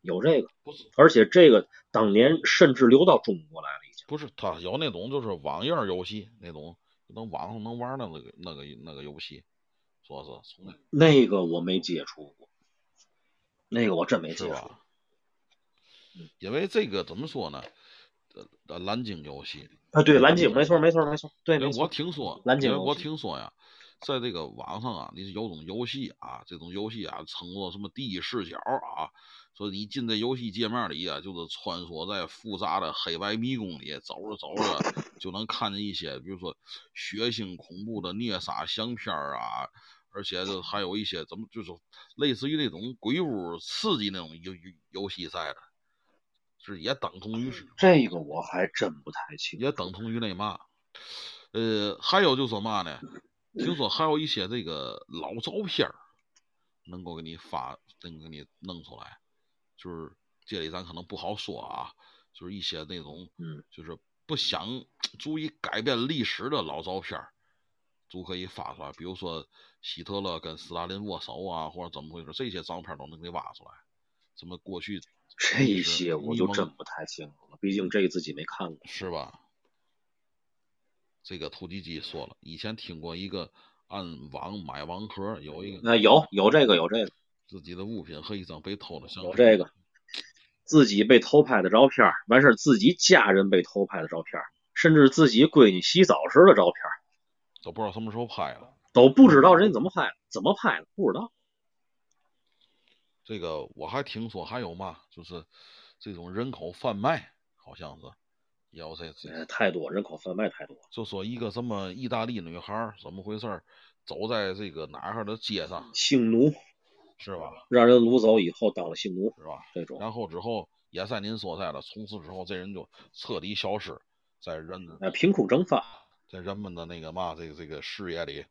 Speaker 4: 有这个，
Speaker 3: 不是
Speaker 4: 而且这个当年甚至流到中国来了已经。
Speaker 3: 不是，他有那种就是网页儿游戏那种，能网上能玩儿的那个那个那个游戏，说是从那
Speaker 4: 那个我没接触过，那个我真没接
Speaker 3: 是
Speaker 4: 触过。
Speaker 3: 吧？因为这个怎么说呢？呃呃，蓝鲸游戏，
Speaker 4: 啊，对，蓝鲸，没错，没错，没错，对，
Speaker 3: 因
Speaker 4: 没
Speaker 3: 为我
Speaker 4: 错，
Speaker 3: 听说，
Speaker 4: 蓝鲸
Speaker 3: 因为
Speaker 4: 游
Speaker 3: 我
Speaker 4: 戏
Speaker 3: 听说呀，在这个网上啊，你有种游戏啊，这种游戏啊，称作什么第一视角啊，说你进这游戏界面里啊，就是穿梭在复杂的黑白迷宫里，走着走着就能看见一些，比如说血腥恐怖的虐杀相片儿啊。而且就还有一些怎么就是类似于那种鬼屋刺激那种游游游戏在的，就是也等同于是
Speaker 4: 这个我还真不太清。
Speaker 3: 也等同于那嘛。呃，还有就是嘛呢？听说还有一些这个老照片儿，能够给你发，能给你弄出来。就是这里咱可能不好说啊，就是一些那种，
Speaker 4: 嗯，
Speaker 3: 就是不想足以改变历史的老照片儿，都可以发出来。比如说希特勒跟斯大林握手啊，或者怎么回事，这些照片儿都能给挖出来。什么过去
Speaker 4: 这些我就
Speaker 3: 迷蒙
Speaker 4: 真不太清楚了，毕竟这个自己没看过。
Speaker 3: 是吧？这个突击机说了，以前听过一个按网买盲盒，有一个
Speaker 4: 那有有这个有这个
Speaker 3: 自己的物品和一张被偷的相
Speaker 4: 有
Speaker 3: 片，
Speaker 4: 这个，自己被偷拍的照片儿，完事儿自己家人被偷拍的照片儿，甚至自己闺女洗澡时的照片儿，
Speaker 3: 都不知道什么时候拍了。
Speaker 4: 都不知道人家怎么拍的，怎么拍的不知道。
Speaker 3: 这个我还听说还有嘛，就是这种人口贩卖，好像是也有这这
Speaker 4: 呃，太多人口贩卖太多了，
Speaker 3: 就说一个什么意大利女孩儿怎么回事儿，走在这个哪儿的街上
Speaker 4: 性奴
Speaker 3: 是吧？
Speaker 4: 让人掳走以后当了性奴
Speaker 3: 是吧？
Speaker 4: 这种，
Speaker 3: 然后之后也在您所在了，从此之后这人就彻底消失在人的
Speaker 4: 呃，凭空蒸发。
Speaker 3: 在人们的那个嘛这个这个视野里。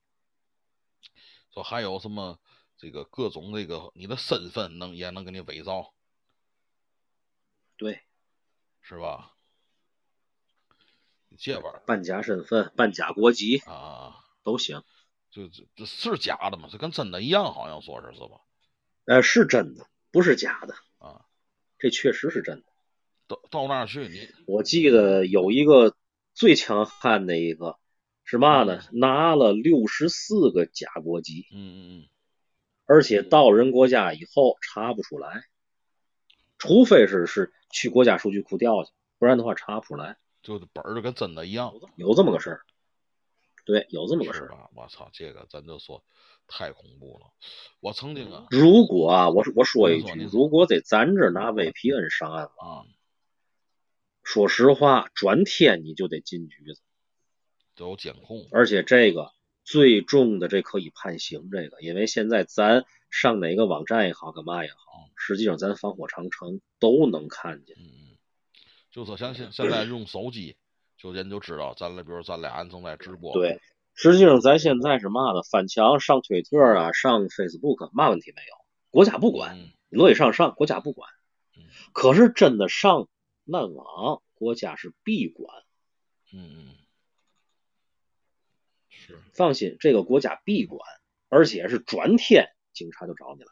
Speaker 3: 说还有什么这个各种这个你的身份能也能给你伪造
Speaker 4: 对，
Speaker 3: 是吧？这玩意儿
Speaker 4: 办假身份、办假国籍
Speaker 3: 啊啊。啊
Speaker 4: 都行。
Speaker 3: 就这这是假的吗？这跟真的一样，好像说是是吧？
Speaker 4: 呃，是真的，不是假的
Speaker 3: 啊。
Speaker 4: 这确实是真的。
Speaker 3: 到到那儿去，你
Speaker 4: 我记得有一个最强悍的一个是嘛呢？
Speaker 3: 嗯
Speaker 4: 拿了六十四个假国籍，
Speaker 3: 嗯嗯嗯，
Speaker 4: 而且到人国家以后查不出来，除非是是去国家数据库调去，不然的话查不出来。
Speaker 3: 就本儿就跟真的一样，
Speaker 4: 有这么个事儿，对，有这么个事
Speaker 3: 是
Speaker 4: 儿。
Speaker 3: 吧？我操，这个咱就说太恐怖了。我曾经啊
Speaker 4: 如果啊，我我说一句
Speaker 3: 您，说
Speaker 4: 如果在咱这儿拿 VPN 上岸，
Speaker 3: 啊，
Speaker 4: 说实话，转天你就得进局子。
Speaker 3: 都有监控，
Speaker 4: 而且这个最重的这可以判刑，这个因为现在咱上哪个网站也好，干嘛也好，实际上咱防火长城都能看见。
Speaker 3: 嗯嗯，就说像现现在用手机，就人就知道咱俩，比如咱俩人正在直播，
Speaker 4: 对，实际上咱现在是嘛呢？翻墙上推特啊，上 Facebook，嘛问题没有，国家不管，
Speaker 3: 嗯，
Speaker 4: 你乐意上上，国家不管
Speaker 3: 嗯。
Speaker 4: 可是真的上烂网，国家是必管，
Speaker 3: 嗯嗯嗯，是
Speaker 4: 放心，这个国家必管，而且是转天警察就找你了。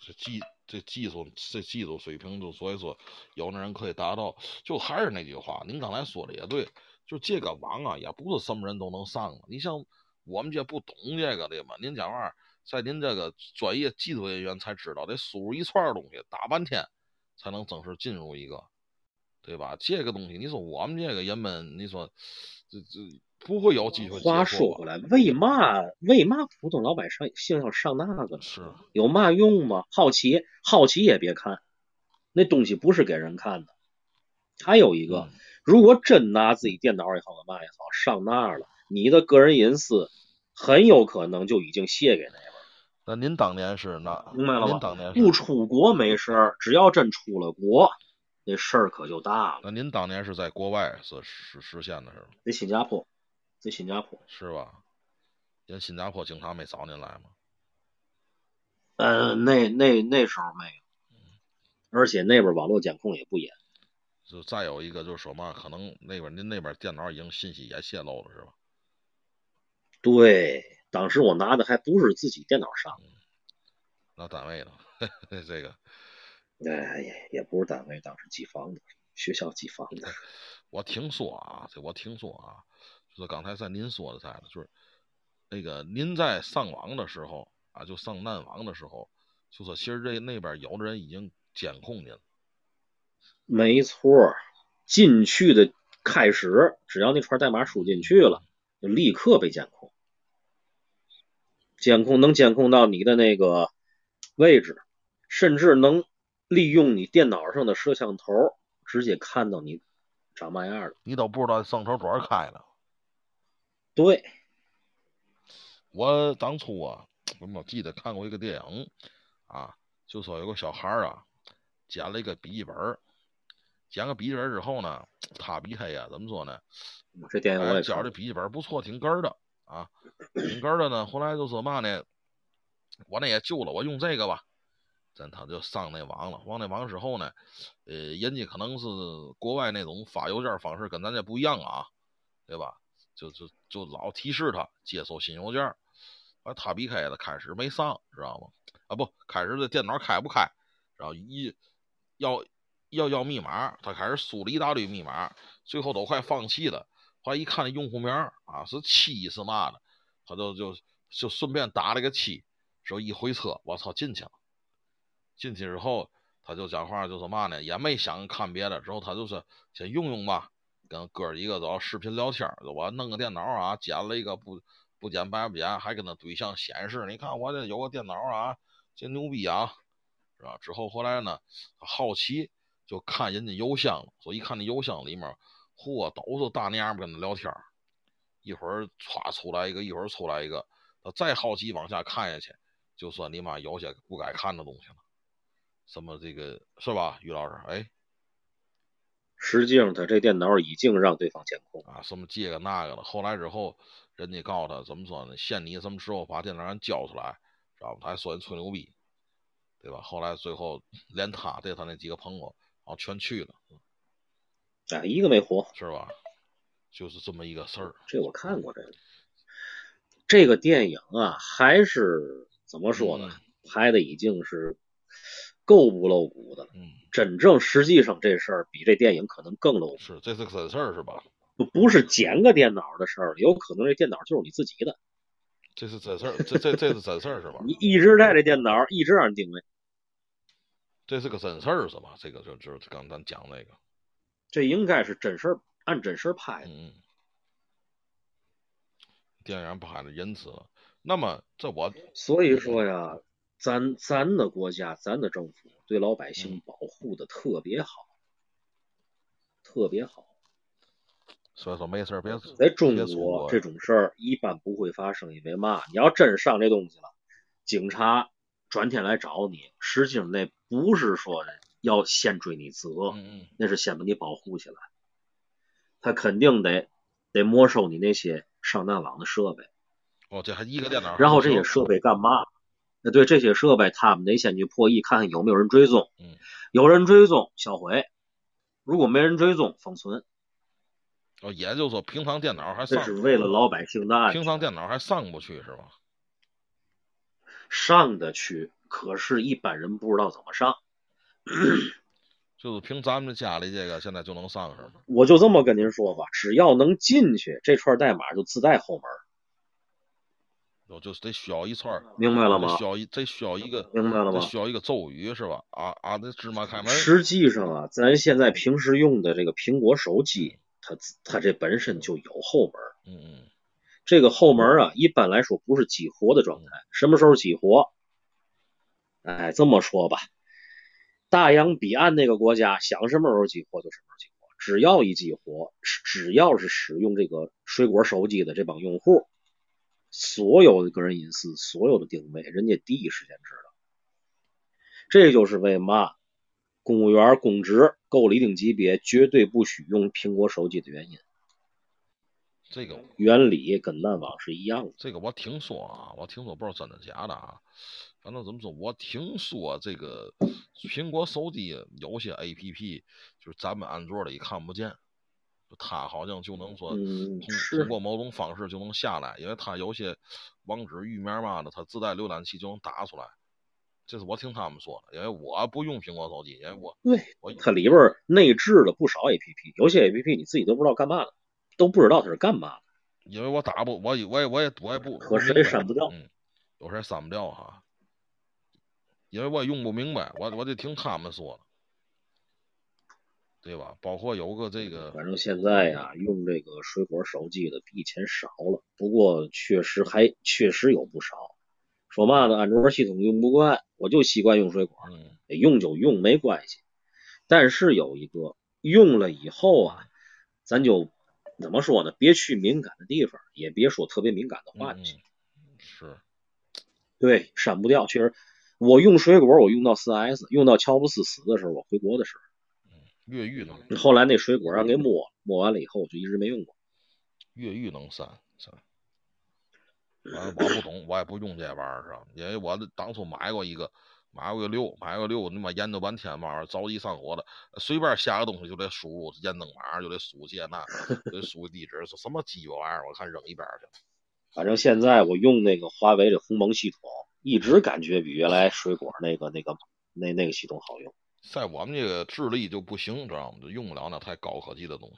Speaker 3: 这技这技术这技术水平，就所以说有的人可以达到。就还是那句话，您刚才说的也对，就这个网啊，也不是什么人都能上的。啊你像我们这不懂这个的嘛，您讲话儿在您这个专业技术人员才知道，得输入一串儿东西，打半天才能正式进入一个，对吧？这个东西，你说我们这个人们，你说这这不会有机会接
Speaker 4: 话
Speaker 3: 受
Speaker 4: 说回
Speaker 3: 吧？
Speaker 4: 来，为嘛为嘛普通老百姓姓要上那个呢？
Speaker 3: 是，
Speaker 4: 有嘛用吗？好奇，好奇也别看，那东西不是给人看的。还有一个
Speaker 3: 嗯，
Speaker 4: 如果真拿自己电脑也好，干嘛也好，上那儿了，你的个人隐私很有可能就已经泄给那边了。
Speaker 3: 那您当年是那
Speaker 4: 明白了吧
Speaker 3: 您当年是
Speaker 4: 不出国没事儿，只要真出了国，那事儿可就大了。
Speaker 3: 那您当年是在国外是实实现的是吗？
Speaker 4: 在新加坡，在新加坡，
Speaker 3: 是吧？人新加坡警察没找您来吗？
Speaker 4: 呃，那那那时候没有，而且那边网络监控也不严。
Speaker 3: 就再有一个就是说嘛，可能那边您那边电脑已经信息也泄露了是吧？
Speaker 4: 对，当时我拿的还不是自己电脑上
Speaker 3: 那单位呢？ 这个
Speaker 4: 的，哎，也也不是单位当时寄放的，学校寄放的。
Speaker 3: 我听说啊，这我听说啊，就是刚才在您说的在的，就是那个您在上网的时候啊，就上难网的时候，就说其实这那边有的人已经监控您了，
Speaker 4: 没错儿，进去的开始，只要那串代码输进去了，就立刻被监控，监控能监控到你的那个位置，甚至能利用你电脑上的摄像头直接看到你长嘛样了。
Speaker 3: 你都不知道上头多少开了。
Speaker 4: 对，
Speaker 3: 我当初啊，我么记得看过一个电影啊，就说有个小孩儿啊，捡了一个笔记本儿，捡个笔记本儿之后呢，他比他呀，怎么说呢？
Speaker 4: 这电影我
Speaker 3: 哎，
Speaker 4: 也
Speaker 3: 觉
Speaker 4: 看
Speaker 3: 这
Speaker 4: 了，
Speaker 3: 笔记本不错，挺根儿的啊，挺根儿的呢。后来就说嘛呢，我那也旧了，我用这个吧。咱他就上那网了，上那网之后呢，呃，人家可能是国外那种发邮件方式跟咱这不一样啊，对吧？就就就老提示他接收新邮件儿，啊，他避开了，开始没上，知道吗？啊，不，开始这电脑开不开，然后一要要要密码，他开始输了一大堆密码，最后都快放弃了。后来一看这用户名儿啊是七是嘛的，他就就就顺便打了个七，说一回车，我操进去了。进去之后，他就讲话就是嘛呢，也没想看别的，之后他就是先用用吧，跟哥儿几个走视频聊天儿，我弄个电脑啊，捡了一个不不捡白不捡，还跟那对象显示，你看我这有个电脑啊，这牛逼啊，是吧？之后后来呢，他好奇就看人家邮箱了，所以一看那邮箱里面，嚯，都是大娘们跟他聊天儿一会儿歘出来一个，一会儿出来一个，他再好奇往下看下去，就说你妈有些不该看的东西了，什么这个是吧，于老师？哎。
Speaker 4: 实际上他这电脑已经让对方监控。
Speaker 3: 啊，什么这个那个的。后来之后，人家告诉他怎么说呢？限你什么时候把电脑人交出来，知道吧？他还说人吹牛逼，对吧？后来最后连他带他那几个朋友，然后全去了，
Speaker 4: 哎，一个没活，
Speaker 3: 是吧？就是这么一个事儿。
Speaker 4: 这我看过这个。这个电影啊，还是怎么说呢？拍的已经是够不露骨的了。
Speaker 3: 嗯，
Speaker 4: 真正实际上这事儿比这电影可能更露骨，
Speaker 3: 是这是个真事儿是吧？
Speaker 4: 不不是捡个电脑的事儿，有可能这电脑就是你自己的，
Speaker 3: 这是真事儿，这这这是真事儿是吧？
Speaker 4: 你一直带这电脑，一直让人定位。
Speaker 3: 这是个真事儿是吧？这个就就是刚咱讲那个，
Speaker 4: 这应该是真事儿，按真事儿拍的。
Speaker 3: 嗯嗯，电影拍的仁慈了。那么这我
Speaker 4: 所以说呀，咱咱的国家，咱的政府对老百姓保护的特别好，特别好。
Speaker 3: 所以说没事儿别
Speaker 4: 在哎中
Speaker 3: 别出
Speaker 4: 国
Speaker 3: 国
Speaker 4: 这种事儿一般不会发生，因为嘛，你要真上这东西了，警察转天来找你，实际上那不是说要先追你责，
Speaker 3: 嗯嗯。
Speaker 4: 那是先把你保护起来，他肯定得得没收你那些上断网的设备，
Speaker 3: 哦，这还一个电脑，
Speaker 4: 然后这些设备干嘛？那对这些设备，他们得先去破译，看看有没有人追踪
Speaker 3: 嗯，
Speaker 4: 有人追踪销毁，如果没人追踪封存，
Speaker 3: 哦，也就是说平常电脑还
Speaker 4: 这
Speaker 3: 上，
Speaker 4: 是为了老百姓的安全。
Speaker 3: 平常电脑还上不去是吧？
Speaker 4: 上得去，可是一般人不知道怎么上。
Speaker 3: 就是凭咱们家里这个现在就能上是吗？
Speaker 4: 我就这么跟您说吧，只要能进去，这串代码就自带后门，
Speaker 3: 我哦就是得需要一串儿，
Speaker 4: 明白了
Speaker 3: 得
Speaker 4: 吗
Speaker 3: 需？要一得需要一个
Speaker 4: 明白了
Speaker 3: 得
Speaker 4: 吗？
Speaker 3: 需要一个咒语是吧？啊啊，那芝麻开门
Speaker 4: 实际上啊，咱现在平时用的这个苹果手机，它自它这本身就有后门。
Speaker 3: 嗯嗯
Speaker 4: 这个后门啊，一般来说不是激活的状态。什么时候激活？哎，这么说吧，大洋彼岸那个国家想什么时候激活就什么时候激活，只要一激活，只只要是使用这个水果手机的这帮用户，所有的个人隐私、所有的定位，人家第一时间知道。这就是为嘛公务员公职够了一定级别，绝对不许用苹果手机的原因。
Speaker 3: 这个
Speaker 4: 原理跟烂网是一样的。
Speaker 3: 这个我听说啊，我听说不知道真的假的啊，反正怎么说，我听说这个苹果手机有些 A P P 就是咱们安卓里看不见，就它好像就能说。
Speaker 4: 嗯，
Speaker 3: 通通
Speaker 4: 是
Speaker 3: 过某种方式就能下来，因为它有些网址域名嘛的，它自带浏览器就能打出来。这是我听他们说的，因为我不用苹果手机，因为我
Speaker 4: 对，
Speaker 3: 我
Speaker 4: 它里边儿内置了不少 A P P，有些 A P P 你自己都不知道干嘛的，都不知道它是干嘛的。
Speaker 3: 因为我打不，我也我也我也我也不，
Speaker 4: 可是
Speaker 3: 我明白
Speaker 4: 也删不掉
Speaker 3: 嗯，有时候也删不掉哈，因为我也用不明白，我我得听他们说的，对吧？包括有个这个，
Speaker 4: 反正现在呀、用这个水果手机的比以前少了，不过确实还确实有不少。说嘛呢，安卓系统用不惯，我就习惯用水果，
Speaker 3: 嗯
Speaker 4: 用就用没关系。但是有一个用了以后啊，咱就怎么说呢？别去敏感的地方，也别说特别敏感的话
Speaker 3: 嗯
Speaker 4: 就
Speaker 3: 嗯
Speaker 4: 行。
Speaker 3: 是
Speaker 4: 对，闪不掉。确实，我用水果，我用到 4S，用到乔布斯死的时候，我回国的时
Speaker 3: 越狱能
Speaker 4: 候，后来那水果让
Speaker 3: 嗯
Speaker 4: 给抹了，抹完了以后，我就一直没用过。
Speaker 3: 越狱能删删。我
Speaker 4: 嗯
Speaker 3: 我不懂，我也不用这玩意儿，知道吗？因为我当初买过一个，买过一个六，买过一个六，他妈研究半天嘛，玩意儿着急上火了，随便下个东西就得输入验证码，就得输这 那，就得输地址，什么鸡巴玩意儿，我看扔一边儿去了。
Speaker 4: 反正现在我用那个华为的鸿蒙系统，一直感觉比原来水果那个那个那那个系统好用。
Speaker 3: 在我们这个智力就不行，知道吗？就用不了那太高科技的东西，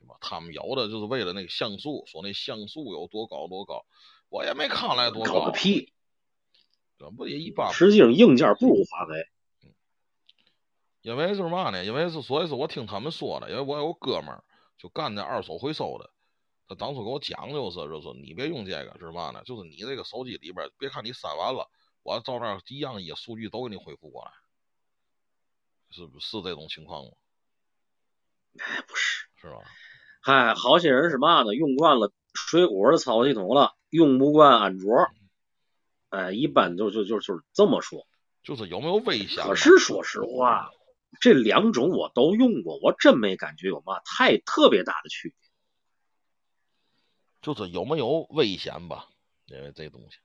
Speaker 3: 对吧？他们有的就是为了那个像素，说那像素有多高多高，我也没看来多
Speaker 4: 搞
Speaker 3: 高啊
Speaker 4: 个，屁！
Speaker 3: 这不也一般
Speaker 4: 实际上硬件不如华为，
Speaker 3: 因为是嘛呢？因为是所以是我听他们说的，因为我有哥们儿就干那二手回收的，他当初给我讲就是，就说你别用这个是嘛呢？就是你这个手机里边儿，别看你删完了，我照那儿一样也数据都给你恢复过来，是不是这种情况吗？
Speaker 4: 哎，不是。
Speaker 3: 是吧？
Speaker 4: 嗨，好些人是嘛呢？用惯了水果的操作系统了，用不惯安卓。哎，一般就就就就是这么说。
Speaker 3: 就是有没有危险？
Speaker 4: 可是说实话，这两种我都用过，我真没感觉有嘛太特别大的区别。
Speaker 3: 就是有没有危险吧？因为这东西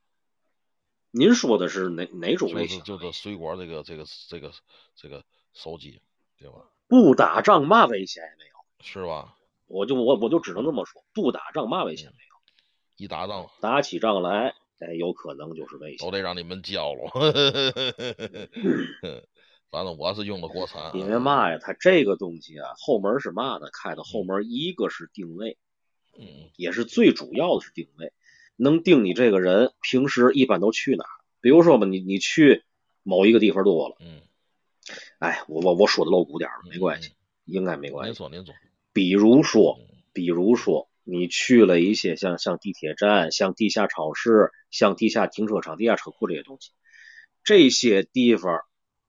Speaker 4: 您说的是哪哪种
Speaker 3: 就
Speaker 4: 类
Speaker 3: 是
Speaker 4: 型？
Speaker 3: 就是水果这个这个这个这个手机，对吧？
Speaker 4: 不打仗嘛危险也没有，
Speaker 3: 是吧？
Speaker 4: 我就我我就只能这么说，不打仗嘛危险没有，
Speaker 3: 一打仗
Speaker 4: 打起仗来，哎，有可能就是危险
Speaker 3: 都。得让你们交了。反正我是用的国产啊，
Speaker 4: 因为嘛呀，它这个东西啊，后门是嘛呢？开的后门一个是定位，
Speaker 3: 嗯，
Speaker 4: 也是最主要的是定位，能定你这个人平时一般都去哪儿。比如说吧，你你去某一个地方多了，
Speaker 3: 嗯
Speaker 4: 哎，我我我说的露骨点儿了，
Speaker 3: 嗯，
Speaker 4: 没关系，应该没
Speaker 3: 嗯。
Speaker 4: 关
Speaker 3: 您
Speaker 4: 系。
Speaker 3: 说，您说，
Speaker 4: 比如说，
Speaker 3: 嗯
Speaker 4: 比如说你去了一些像像地铁站、像地下超市、像地下停车场、地下车库这些东西，这些地方，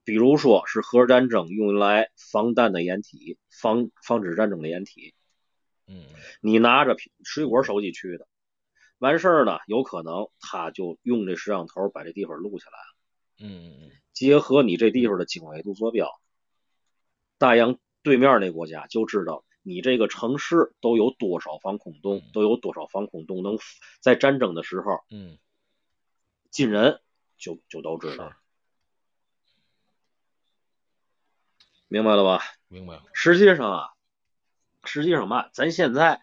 Speaker 4: 比如说是核战争用来防弹的掩体，防防止战争的掩体，
Speaker 3: 嗯，
Speaker 4: 你拿着水果手机去的，完事儿呢，有可能他就用这摄像头把这地方录下来，
Speaker 3: 嗯嗯
Speaker 4: 结合你这地方的经纬度坐标，大洋对面那国家就知道你这个城市都有多少防空洞
Speaker 3: 嗯，
Speaker 4: 都有多少防空洞能在战争的时候
Speaker 3: 嗯
Speaker 4: 进人，就就都
Speaker 3: 嗯，
Speaker 4: 知道
Speaker 3: 是
Speaker 4: 了，明白了吧？
Speaker 3: 明白了。
Speaker 4: 实际上啊，实际上嘛，咱现在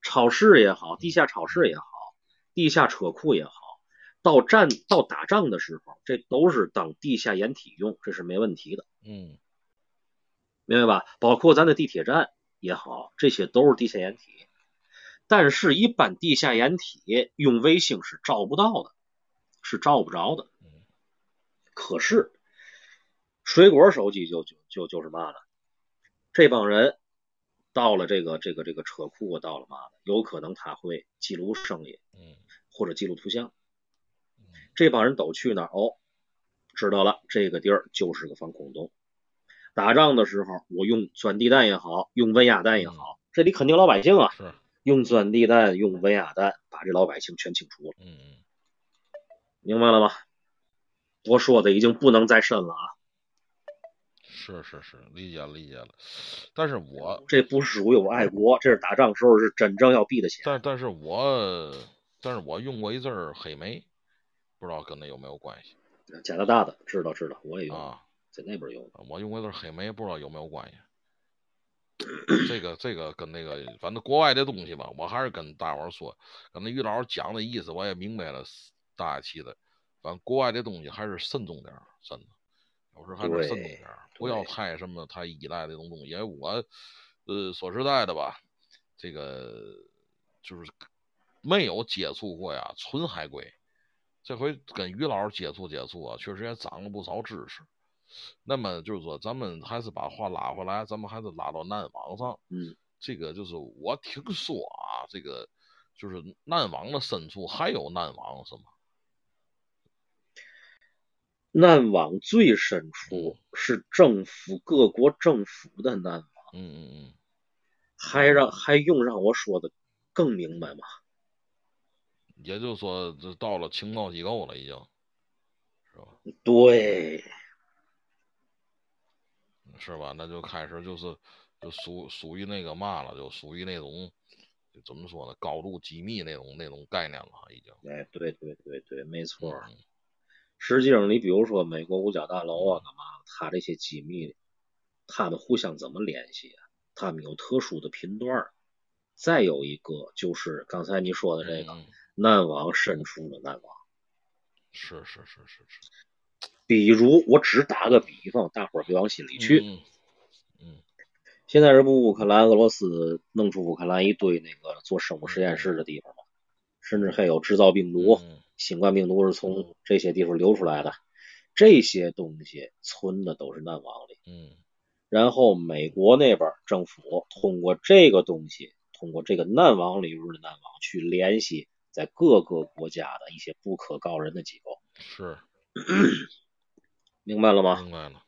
Speaker 4: 超市也好，地下超市也好，地下车库也好，到战到打仗的时候，这都是当地下掩体用，这是没问题的，
Speaker 3: 嗯
Speaker 4: 明白吧？包括咱的地铁站也好，这些都是地下掩体。但是，一般地下掩体用卫星是照不到的，是照不着的
Speaker 3: 嗯。
Speaker 4: 可是，水果手机就就就就是嘛呢？这帮人到了这个这个这个车库，到了嘛呢？有可能他会记录声音
Speaker 3: 嗯
Speaker 4: 或者记录图像。这帮人都去那儿哦，知道了，这个地儿就是个防空洞。打仗的时候，我用钻地弹也好，用温压弹也好，这里肯定老百姓啊，
Speaker 3: 是，
Speaker 4: 用钻地弹、用温压弹把这老百姓全清除了，
Speaker 3: 嗯嗯，
Speaker 4: 明白了吗？我说的已经不能再深了啊，
Speaker 3: 是是是，理解了理解了。但是我
Speaker 4: 这不是属于我爱国，这是打仗时候是真正要避的险。
Speaker 3: 但但是我但是我用过一阵儿黑莓，不知道跟那有没有关系
Speaker 4: 加拿大的知道知道，我也用，
Speaker 3: 啊？
Speaker 4: 在那边用。
Speaker 3: 我用过一阵儿黑莓，不知道有没有关系。这个这个跟那个，反正国外的东西吧，我还是跟大伙儿说，跟那于老师讲的意思，我也明白了，大家气的，反正国外的东西还是慎重点儿，真的，有时候还是慎重点儿，不要
Speaker 4: 对
Speaker 3: 太什么太依赖这种东西。因为我，呃，说实在的吧，这个就是没有接触过呀，纯海归。这回跟于老师接触接触啊，确实也长了不少知识。那么就是说，咱们还是把话拉回来，咱们还是拉到难网上。
Speaker 4: 嗯，
Speaker 3: 这个就是我听说啊，这个就是难网的深处还有难网是吗？
Speaker 4: 难网最深处是政府各国政府的难网，
Speaker 3: 嗯嗯嗯，
Speaker 4: 还让还用让我说的更明白吗？
Speaker 3: 也就是说，这到了情报机构了，已经是吧？
Speaker 4: 对，
Speaker 3: 是吧？那就开始就是就属属于那个嘛了，就属于那种就怎么说呢，高度机密那种那种概念了，已经。
Speaker 4: 哎，对对对对，没错。
Speaker 3: 嗯
Speaker 4: 实际上，你比如说美国五角大楼啊，干嘛？它这些机密，它们互相怎么联系啊？它们有特殊的频段儿。再有一个就是刚才你说的这
Speaker 3: 嗯
Speaker 4: 个
Speaker 3: 嗯，
Speaker 4: 难网深处的难网。
Speaker 3: 是是是是是，
Speaker 4: 比如，我只打个比方，大伙儿别往心里去。
Speaker 3: 嗯
Speaker 4: 现在这不乌克兰、俄罗斯弄出乌克兰一堆那个做生物实验室的地方嘛，甚至还有制造病毒，
Speaker 3: 嗯
Speaker 4: 新冠病毒是从这些地方流出来的，这些东西存的都是难往里。
Speaker 3: 嗯
Speaker 4: 然后美国那边政府通过这个东西，通过这个难网里边的难网去联系在各个国家的一些不可告人的机构，
Speaker 3: 是
Speaker 4: 明白了吗？
Speaker 3: 明白了，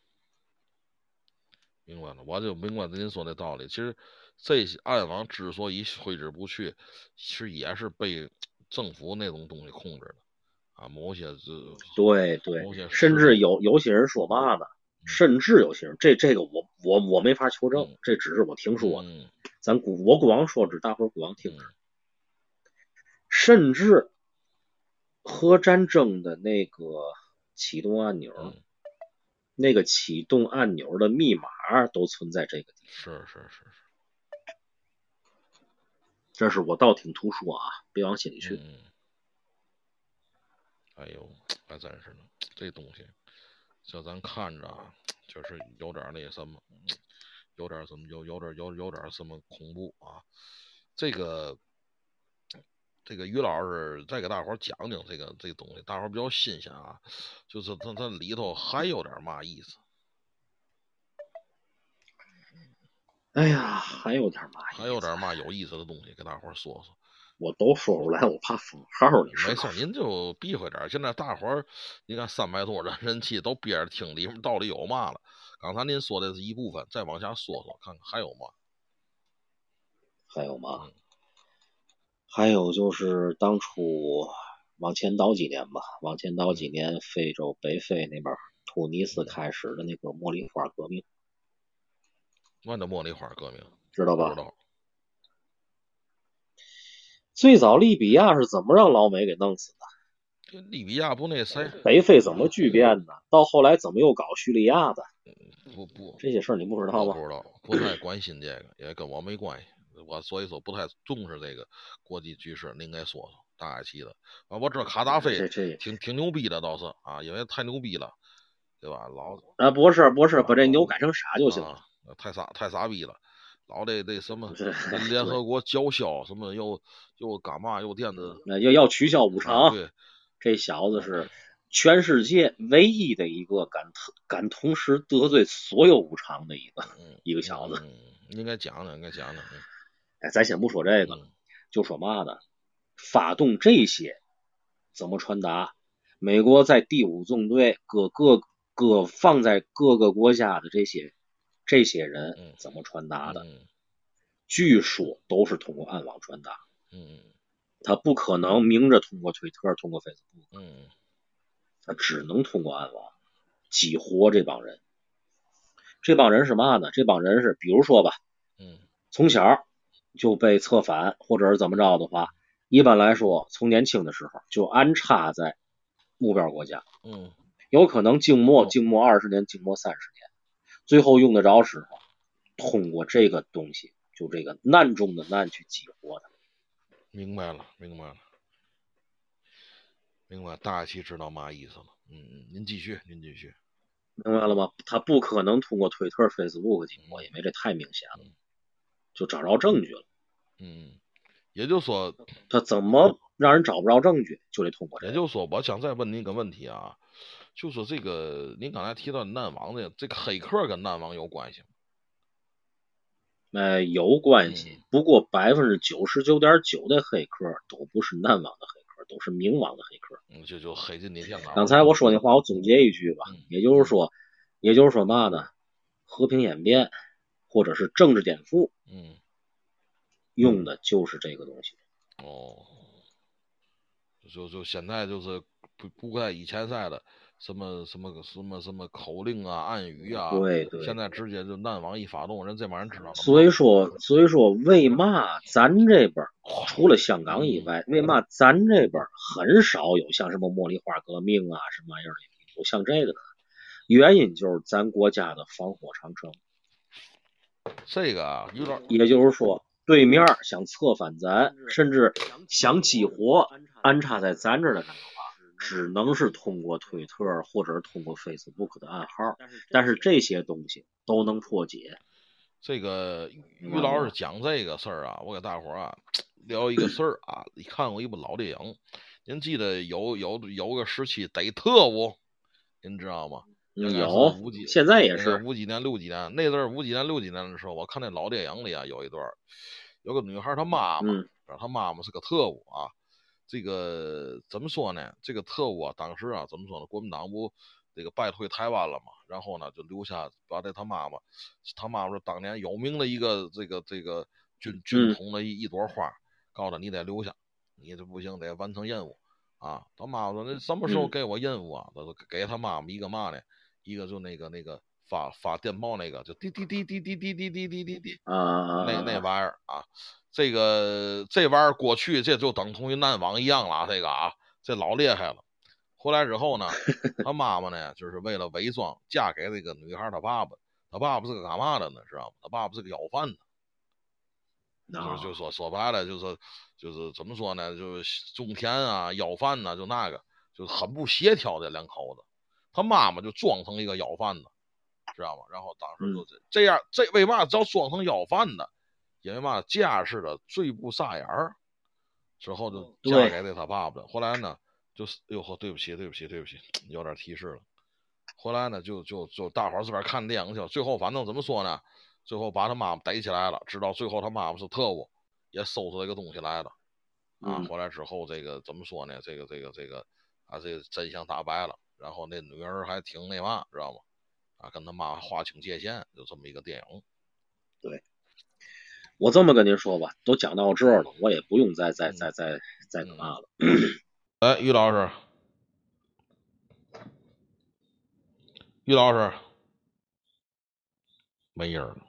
Speaker 3: 明白了，我就明白您说那道理。其实这些暗网之所以挥之不去，其实也是被政府那种东西控制的啊，某些是
Speaker 4: 对对
Speaker 3: 某些，是
Speaker 4: 甚
Speaker 3: 嗯
Speaker 4: 至有有些人说嘛呢？甚至有些人，这这个我我我没法求证
Speaker 3: 嗯，
Speaker 4: 这只是我听说的，
Speaker 3: 嗯
Speaker 4: 咱古我光说之，大伙儿光听
Speaker 3: 嗯
Speaker 4: 之。甚至核战争的那个启动按钮，
Speaker 3: 嗯
Speaker 4: 那个启动按钮的密码都存在这个地方。
Speaker 3: 是是是
Speaker 4: 这是我道听途说啊，别往心里
Speaker 3: 是，
Speaker 4: 去。
Speaker 3: 嗯，哎呦，还真是呢，这东西，叫咱看着啊，就是有点儿那什么，有点儿什么，有有点儿有有点儿什么恐怖啊。这个，这个于老师再给大伙儿讲讲这个这东西，大伙儿比较新鲜啊，就是它它里头还有点儿嘛意思，
Speaker 4: 哎呀，还有点嘛意思，
Speaker 3: 还有点儿嘛有意思的东西，给大伙儿说说。
Speaker 4: 我都说出来，我怕封号。你
Speaker 3: 没
Speaker 4: 说
Speaker 3: 事儿，您就避讳点儿。现在大伙儿，你看三百多人 人气都憋着听，里面到底有嘛了？刚才您说的是一部分，再往下说说看看还有嘛？
Speaker 4: 还有吗
Speaker 3: 嗯？
Speaker 4: 还有就是当初往前倒几年吧，往前倒几年，非洲北非那边儿突尼斯开始的那个茉莉花革命，
Speaker 3: 万的茉莉花革命，
Speaker 4: 知道
Speaker 3: 不知
Speaker 4: 吧？
Speaker 3: 道？
Speaker 4: 最早利比亚是怎么让老美给弄死的？
Speaker 3: 这利比亚不那谁
Speaker 4: 北非怎么巨变的？到后来怎么又搞叙利亚的？
Speaker 3: 不不，
Speaker 4: 这些事儿你不知道
Speaker 3: 我
Speaker 4: 吗
Speaker 3: 不？知道，不太关心这个，也跟我没关系。我所以说不太重视这个国际局势，您给说说大概期的啊。我知道卡扎
Speaker 4: 这
Speaker 3: 菲
Speaker 4: 这
Speaker 3: 挺挺牛逼的倒是啊，因为太牛逼了，对吧？老
Speaker 4: 啊，不是不是，把这牛改成傻就行了。
Speaker 3: 啊，太傻太傻逼了，老得得什么
Speaker 4: 是
Speaker 3: 联合国叫嚣什么又又干嘛又电子
Speaker 4: 那呃要要取消补
Speaker 3: 啊
Speaker 4: 偿，
Speaker 3: 对，
Speaker 4: 这小子是全世界唯一的一个敢特敢同时得罪所有无偿的一个。
Speaker 3: 嗯，
Speaker 4: 一个小子
Speaker 3: 嗯，嗯应该讲讲，应该讲嗯讲，
Speaker 4: 哎，咱先不说这
Speaker 3: 这
Speaker 4: 个了，就说嘛呢？发动这些怎么传达？美国在第五纵队各各各放在各个国家的这些这些人
Speaker 3: 嗯
Speaker 4: 怎么传达的？
Speaker 3: 嗯
Speaker 4: 据说都是通过暗网传达，
Speaker 3: 嗯
Speaker 4: 他不可能明着通过推特、通过 Facebook。
Speaker 3: 嗯嗯
Speaker 4: 他只能通过暗网激活这帮人。这帮人是嘛呢？这帮人是，比如说吧，
Speaker 3: 嗯
Speaker 4: 从小就被策反，或者是怎么着的话，一般来说，从年轻的时候就安插在目标国家，
Speaker 3: 嗯
Speaker 4: 有可能静默静默二十年，静默三十年，最后用得着时候，通过这个东西，就这个难中的难去激活他。
Speaker 3: 嗯，明白了，明白了，明白，大概期知道嘛意思了。嗯嗯，您继续，您继续。
Speaker 4: 明白了吗？他不可能通过推特、Facebook 激活，因为这太明显了，就找着证据了。
Speaker 3: 嗯，嗯也就是说，
Speaker 4: 他怎么让人找不着证据，就得通过
Speaker 3: 嗯
Speaker 4: 这
Speaker 3: 也
Speaker 4: 个。
Speaker 3: 就是说，我想再问您一个问题啊，就是这个您刚才提到难王的这个黑客跟难王有关系吗？
Speaker 4: 呃，有关系
Speaker 3: 嗯，
Speaker 4: 不过百分之九十九点九的黑客都不是难网的黑客，都是明网的黑客。
Speaker 3: 嗯，就就黑进你电脑了。
Speaker 4: 刚才我说那话，我总结一句吧
Speaker 3: 嗯，
Speaker 4: 也就是说，也就是说嘛呢？和平演变或者是政治颠覆
Speaker 3: 嗯，
Speaker 4: 用的就是这个东西。
Speaker 3: 哦，就就现在就是不不在以前赛的什么什么什么什么口令啊、暗语啊，
Speaker 4: 对对
Speaker 3: 现在直接就难王一发动，人这帮人知道了。
Speaker 4: 所以，说，所以说，为嘛咱这边儿除了香港以外，为嘛咱这边儿很少有像什么茉莉花革命啊什么玩意儿有像这个呢？原因就是咱国家的防火长城，
Speaker 3: 这个啊，于老，
Speaker 4: 也就是说，对面儿想策反咱，甚至想激活安插在咱这儿的人的话，啊只能是通过推特或者是通过 Facebook 的暗号，但是这些东西都能破解。
Speaker 3: 这个于老师讲这个事儿啊，我给大伙儿啊聊一个事儿啊。你看过一部老电影，您记得有有有个时期逮特务，您知道吗？
Speaker 4: 嗯
Speaker 3: 应该是
Speaker 4: 有
Speaker 3: 五几，
Speaker 4: 现在也
Speaker 3: 那个
Speaker 4: 是，
Speaker 3: 五几年、六几年那阵儿，五几年、六几年的时候，我看那老电影里啊，有一段儿，有个女孩儿她妈妈，
Speaker 4: 嗯
Speaker 3: 然后她妈妈是个特务啊。这个怎么说呢？这个特务啊，当时啊，怎么说呢？国民党不这个败退台湾了嘛，然后呢，就留下把这他妈妈，他妈妈是当年有名的一个这个这个军军
Speaker 4: 嗯
Speaker 3: 统的一一朵花，告诉她你得留下，你这不行，得完成任务啊。他妈妈说那什么时候
Speaker 4: 嗯
Speaker 3: 给我任务啊？他说给他妈妈一个嘛呢？一个就那个那个发发电报那个，就滴滴滴滴滴滴滴滴滴滴滴
Speaker 4: 啊，
Speaker 3: 那那玩意儿啊，这个这玩意儿过去这就等同于难网一样了啊，这个啊，这老厉害了。回来之后呢，他妈妈呢，就是为了伪装嫁给这个女孩儿她爸爸，她爸爸是个干嘛的呢？知道吗？她爸爸是个要饭的，就
Speaker 4: 啊
Speaker 3: 是就说说白了，就是就是怎么说呢？就是种田啊，要饭呐、就那个，就很不协调这两口子。他妈妈就装成一个要饭的，知道吗？然后当时
Speaker 4: 嗯
Speaker 3: 就这这样，这为嘛只要装成要饭的？因为嘛架势的最不煞眼儿，之后就嫁
Speaker 4: 哦对
Speaker 3: 给了他爸爸了。后来呢，就是哎呦呵，对不起，对不起，对不起，有点提示了。后来呢，就就就大伙儿自个儿看电影去了。最后反正怎么说呢，最后把他妈妈逮起来了，知道最后他妈妈是特务，也搜出来个东西来了。啊，
Speaker 4: 嗯
Speaker 3: 回来之后这个怎么说呢？这个这个这个啊，这个真相大白了。然后那女儿还挺那嘛，知道吗？啊，跟他妈划清界限，就这么一个电影。
Speaker 4: 我这么跟您说吧，都讲到这儿了，我也不用再再再再再干嘛了。
Speaker 3: 哎，于老师，于老师，没音儿了。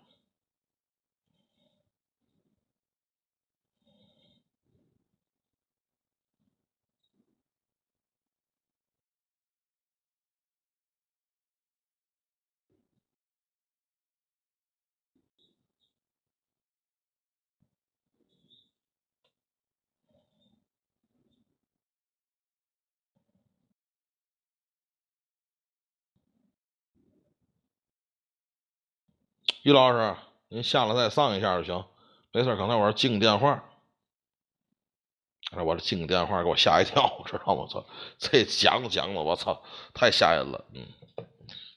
Speaker 3: 于老师，您下来再上一下就行，没事儿。刚才我是进个电话，哎，我这进个电话给我吓一跳，知道吗？我操，这讲着讲着，我操，太吓人了，嗯，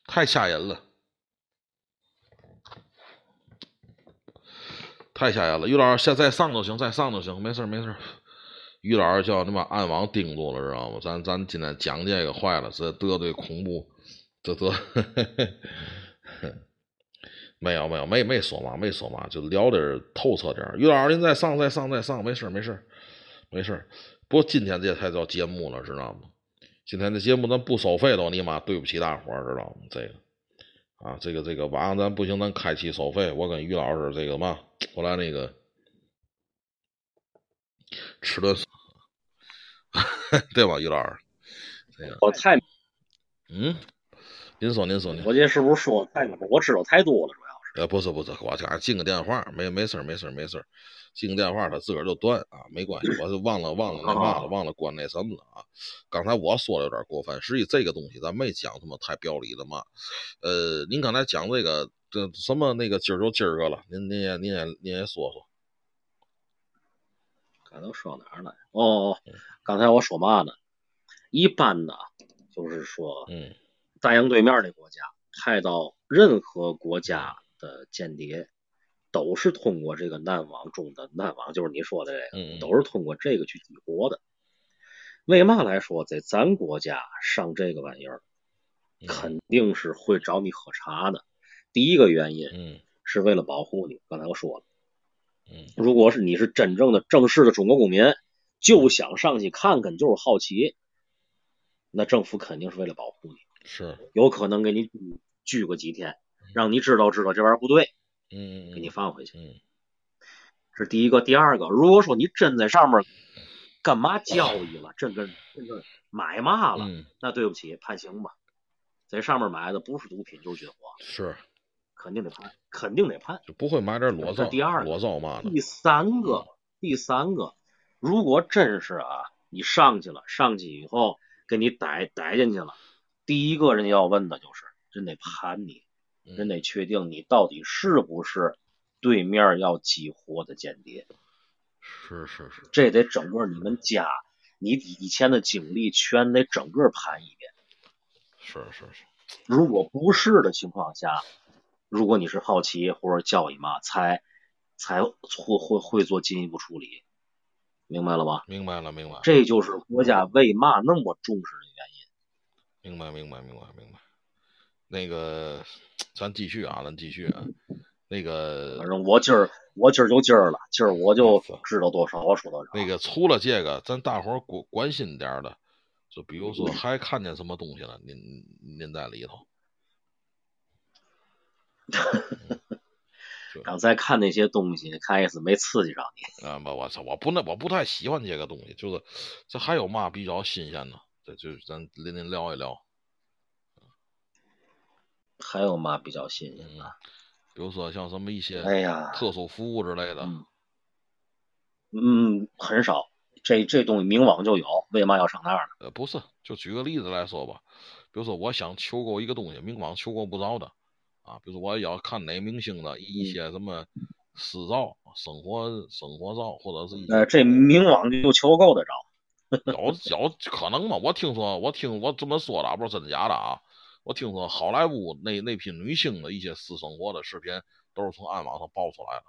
Speaker 3: 太吓人了，太吓人了。于老师，下再上就行，再上就行，没事儿没事儿。于老师叫他妈暗网盯住了，知道吗？咱咱今天讲这个坏了，这得罪恐怖，这 得。没有没有没没说嘛没说嘛，就聊点儿透彻点儿。于老师，您再上再上再上，没事儿没事儿没事儿。不过今天这才叫节目了，知道吗？今天这节目咱不收费了，你妈对不起大伙儿，知道吗？这个啊，这个这个晚上咱不行，咱开期收费。我跟于老师这个嘛，后来那个吃顿， 对吧，于老师？
Speaker 4: 我太
Speaker 3: 嗯，您说您说您说
Speaker 4: 我这是不是说太我知道太多了，主要是
Speaker 3: 呃，不是不是，我家进个电话，没没事儿没事儿没事儿，进个电话他自个儿就断啊，没关系，我就忘了忘了
Speaker 4: 哦
Speaker 3: 那嘛了，忘了关那什么了啊。刚才我说的有点过分，实际这个东西咱没讲什么太表里的嘛。呃，您刚才讲这个这什么那个今儿就今儿个了，您您也您也您也说说，
Speaker 4: 刚才我说到哪儿来？哦，哦刚才我说嘛呢？一般呢，就是说
Speaker 3: 嗯
Speaker 4: 大洋对面的国家派到任何国家的间谍，都是通过这个难网中的难网，就是你说的这个。
Speaker 3: 嗯嗯
Speaker 4: 都是通过这个去激活的。为嘛来说，在咱国家上这个玩意儿，
Speaker 3: 嗯
Speaker 4: 肯定是会找你喝茶的。第一个原因
Speaker 3: 嗯
Speaker 4: 是为了保护你，刚才我说了，
Speaker 3: 嗯
Speaker 4: 如果是你是真正的正式的中国公民，就想上去看看，就是好奇，那政府肯定是为了保护你，
Speaker 3: 是
Speaker 4: 有可能给你拘拘个几天，让你知道知道这玩意儿不对，
Speaker 3: 嗯嗯
Speaker 4: 给你
Speaker 3: 嗯
Speaker 4: 放回去。
Speaker 3: 嗯
Speaker 4: 这是第一个。第二个，如果说你真在上面干嘛交易了，真跟真跟买嘛了，
Speaker 3: 嗯
Speaker 4: 那对不起，判刑吧。在上面买的不是毒品就是军火，
Speaker 3: 是
Speaker 4: 肯定得判，肯定得判。
Speaker 3: 就不会买点裸
Speaker 4: 这
Speaker 3: 照
Speaker 4: 是第二个嗯
Speaker 3: 裸照嘛的，
Speaker 4: 第三个，第三个，如果真是啊，你上去了，上去以后给你逮逮进去了，第一个人要问的就是，人得盘你，人得确定你到底是不是对面要激活的间谍，
Speaker 3: 是是是，
Speaker 4: 这得整个你们家，你以前的经历全得整个盘一遍。
Speaker 3: 是是是，
Speaker 4: 如果不是的情况下，如果你是好奇或者教育嘛，才才会会会做进一步处理，明白了吗？
Speaker 3: 明白了明白，
Speaker 4: 这就是国家为嘛那么重视的原因。
Speaker 3: 明白明白明白明白。那个，咱继续啊，咱继续啊。那个
Speaker 4: 反正我今儿我今儿就今儿了，今儿我就知道多少，我说多少。
Speaker 3: 那个，除了这个，咱大伙儿关关心点儿的，就比如说
Speaker 4: 嗯
Speaker 3: 还看见什么东西了，您您在里头。
Speaker 4: 刚才看那些东西，看意思没刺激着你。
Speaker 3: 啊，不，我操，我不那我不太喜欢这个东西，就是这还有嘛比较新鲜的，这就咱跟您聊一聊，
Speaker 4: 还有嘛比较新鲜
Speaker 3: 嗯
Speaker 4: 的？，
Speaker 3: 比如说像什么一些
Speaker 4: 啊哎呀，
Speaker 3: 特殊服务之类的，
Speaker 4: 嗯嗯，很少。这这东西明网就有，为嘛要上那儿呢？
Speaker 3: 呃，不是，就举个例子来说吧，比如说我想求购一个东西，明网求购不着的，啊，比如说我要看哪明星的一
Speaker 4: 嗯
Speaker 3: 一些什么私照、生活生活照，或者是一些
Speaker 4: 呃，这明网就求够得着。
Speaker 3: 有有可能吗？我听说，我听我这么说的啊，不知道真假的啊。我听说好莱坞那那批女星的一些私生活的视频，都是从暗网上爆出来的。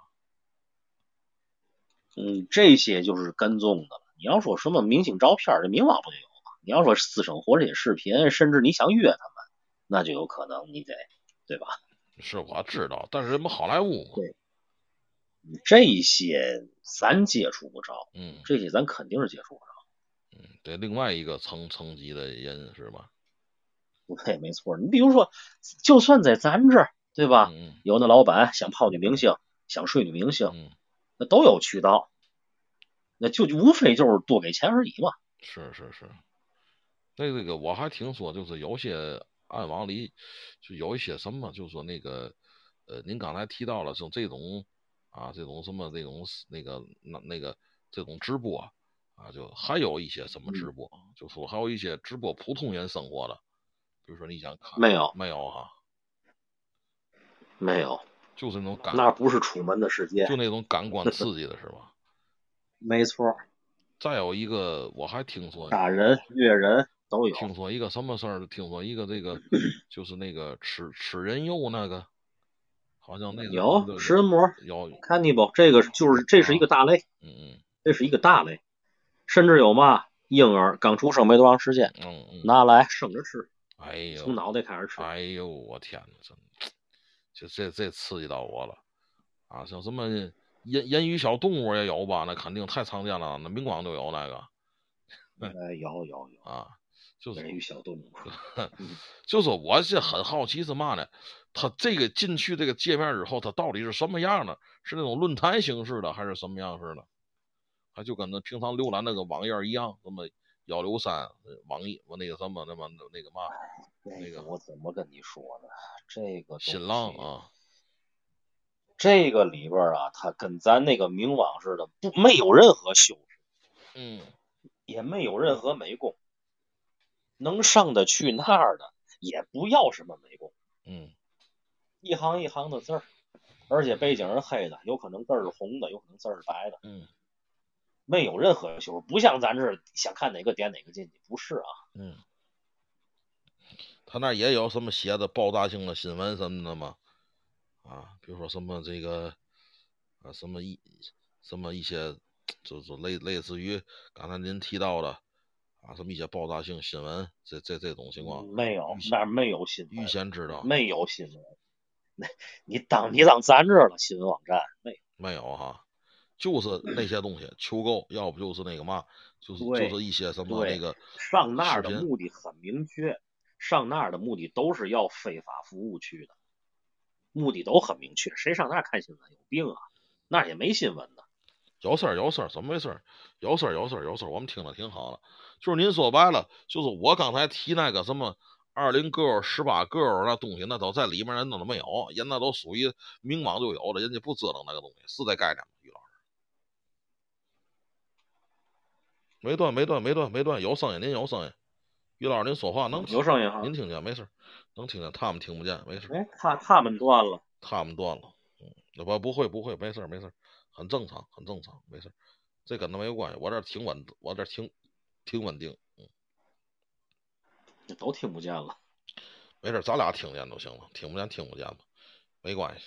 Speaker 4: 嗯，这些就是跟踪的了。你要说什么明星照片儿，这明网不就有吗？你要说私生活这些视频，甚至你想约他们，那就有可能，你得对吧？
Speaker 3: 是我知道，但是人不好莱坞嘛，
Speaker 4: 对这些咱接触不着，
Speaker 3: 嗯，
Speaker 4: 这些咱肯定是接触不着。
Speaker 3: 得另外一个层层级的人是吧？
Speaker 4: 对，没错。你比如说，就算在咱这儿，对吧？
Speaker 3: 嗯
Speaker 4: 有的老板想泡女明星，想睡女明星，
Speaker 3: 嗯，
Speaker 4: 那都有渠道，那就无非就是多给钱而已嘛。
Speaker 3: 是是是。那这个我还听说，就是有些暗网里就有一些什么，就说那个呃，您刚才提到了，像这种啊，这种什么这种那个那那个这种直播啊，啊就还有一些什么
Speaker 4: 嗯
Speaker 3: 直播，就说还有一些直播普通人生活的，比如说你想看
Speaker 4: 没有，
Speaker 3: 没有哈、
Speaker 4: 没有，
Speaker 3: 就是那种感，
Speaker 4: 那不是楚门的世界
Speaker 3: 就。那种感官刺激的是吧？
Speaker 4: 没错，
Speaker 3: 再有一个，我还听说
Speaker 4: 打人、虐人都有。
Speaker 3: 听说一个什么事儿？听说一个这 个就是那个吃吃人肉那个，好像那个
Speaker 4: 有食人魔
Speaker 3: 有，嗯
Speaker 4: cannibal，这个就是这是一个大类，
Speaker 3: 嗯
Speaker 4: 这是一个大类，甚至有嘛婴儿刚出生没多长时间，
Speaker 3: 嗯嗯，
Speaker 4: 拿来生着吃，
Speaker 3: 哎呦
Speaker 4: 从，脑袋开始吃。
Speaker 3: 哎呦，我天呐，真的，这这这刺激到我了啊！像什么人人鱼小动物也有吧？那肯定太常见了，那明广就有那个
Speaker 4: 哎，有有有，
Speaker 3: 啊，就是
Speaker 4: 人鱼小动物，
Speaker 3: 就是我是很好奇是嘛呢？它这个进去这个界面之后，它到底是什么样的？是那种论坛形式的，还是什么样式的？它就跟那平常浏览那个网页一样，那么幺六三呃网易我那个什么那么那个嘛
Speaker 4: 那
Speaker 3: 那个
Speaker 4: 哎我怎么跟你说呢？这个东西
Speaker 3: 新浪，啊，
Speaker 4: 这个里边啊，它跟咱那个明网似的，不没有任何修饰，
Speaker 3: 嗯，
Speaker 4: 也没有任何美工，能上得去那儿的，也不要什么美工。
Speaker 3: 嗯，
Speaker 4: 一行一行的字儿，而且背景是黑的，有可能字儿是红的，有可能字儿是白的，
Speaker 3: 嗯，
Speaker 4: 没有任何修饰，不像咱这儿想看哪个点哪个进去，不是啊？
Speaker 3: 嗯，他那也有什么写的爆炸性的新闻什么的吗？啊，比如说什么这个啊，什么一什么一些，就是类类似于刚才您提到的啊，什么一些爆炸性新闻，这这这种情况，
Speaker 4: 没有，那儿没有新
Speaker 3: 预
Speaker 4: 闻，
Speaker 3: 先知道
Speaker 4: 嗯没有新闻。 那你当你当咱这儿了新闻网站没有？
Speaker 3: 没有哈？就是那些东西求购，要不就是那个嘛，就是就
Speaker 4: 对
Speaker 3: 是一些什么
Speaker 4: 对
Speaker 3: 那个，
Speaker 4: 上那儿
Speaker 3: 视
Speaker 4: 的
Speaker 3: 频
Speaker 4: 目的很明确，上那儿的目的都是要非法服务去的，目的都很明确。谁上那儿看新闻？有病啊！那儿也没新闻呢。
Speaker 3: 有事儿有事儿，怎么回事儿？有事儿有事儿有事儿，我们听着挺好的。就是您说白了，就是我刚才提那个什么二零 girl、十八 girl 那东西，那都在里面，人那都没有，人那都属于明网就有的，人家不折腾那个东西，是这概念吗？于老师，没断没断没断没断，有声音，您有声音，于老师您说话能
Speaker 4: 有声音哈。
Speaker 3: 您听见没事儿，能听见，他们听不见没事儿，
Speaker 4: 哎，他他们断了，
Speaker 3: 他们断了，嗯，不不会不会，没事儿没事儿，很正常很正常，没事儿，这跟他没有关系，我这儿挺稳，我这儿挺挺稳定，
Speaker 4: 都听不见了。
Speaker 3: 没事儿，咱俩听见就行了，听不见听不见吧，没关系，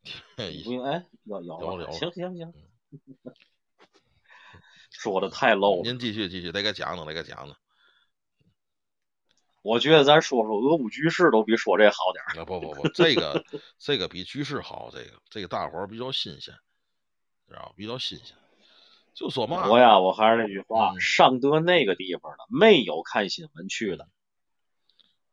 Speaker 4: 不用哎，有有
Speaker 3: 有了有了
Speaker 4: 行行行， 说的太 low 了。
Speaker 3: 嗯您继续继续，得给讲讲得给讲讲，
Speaker 4: 我觉得咱说说俄乌局势都比说这好点儿。
Speaker 3: 啊不不不，这个这个比局势好，这个这个大伙儿比较新鲜，知道吧比较新鲜，就说嘛，
Speaker 4: 我呀，我还是那句话，
Speaker 3: 嗯
Speaker 4: 上得那个地方了，没有看新闻去的。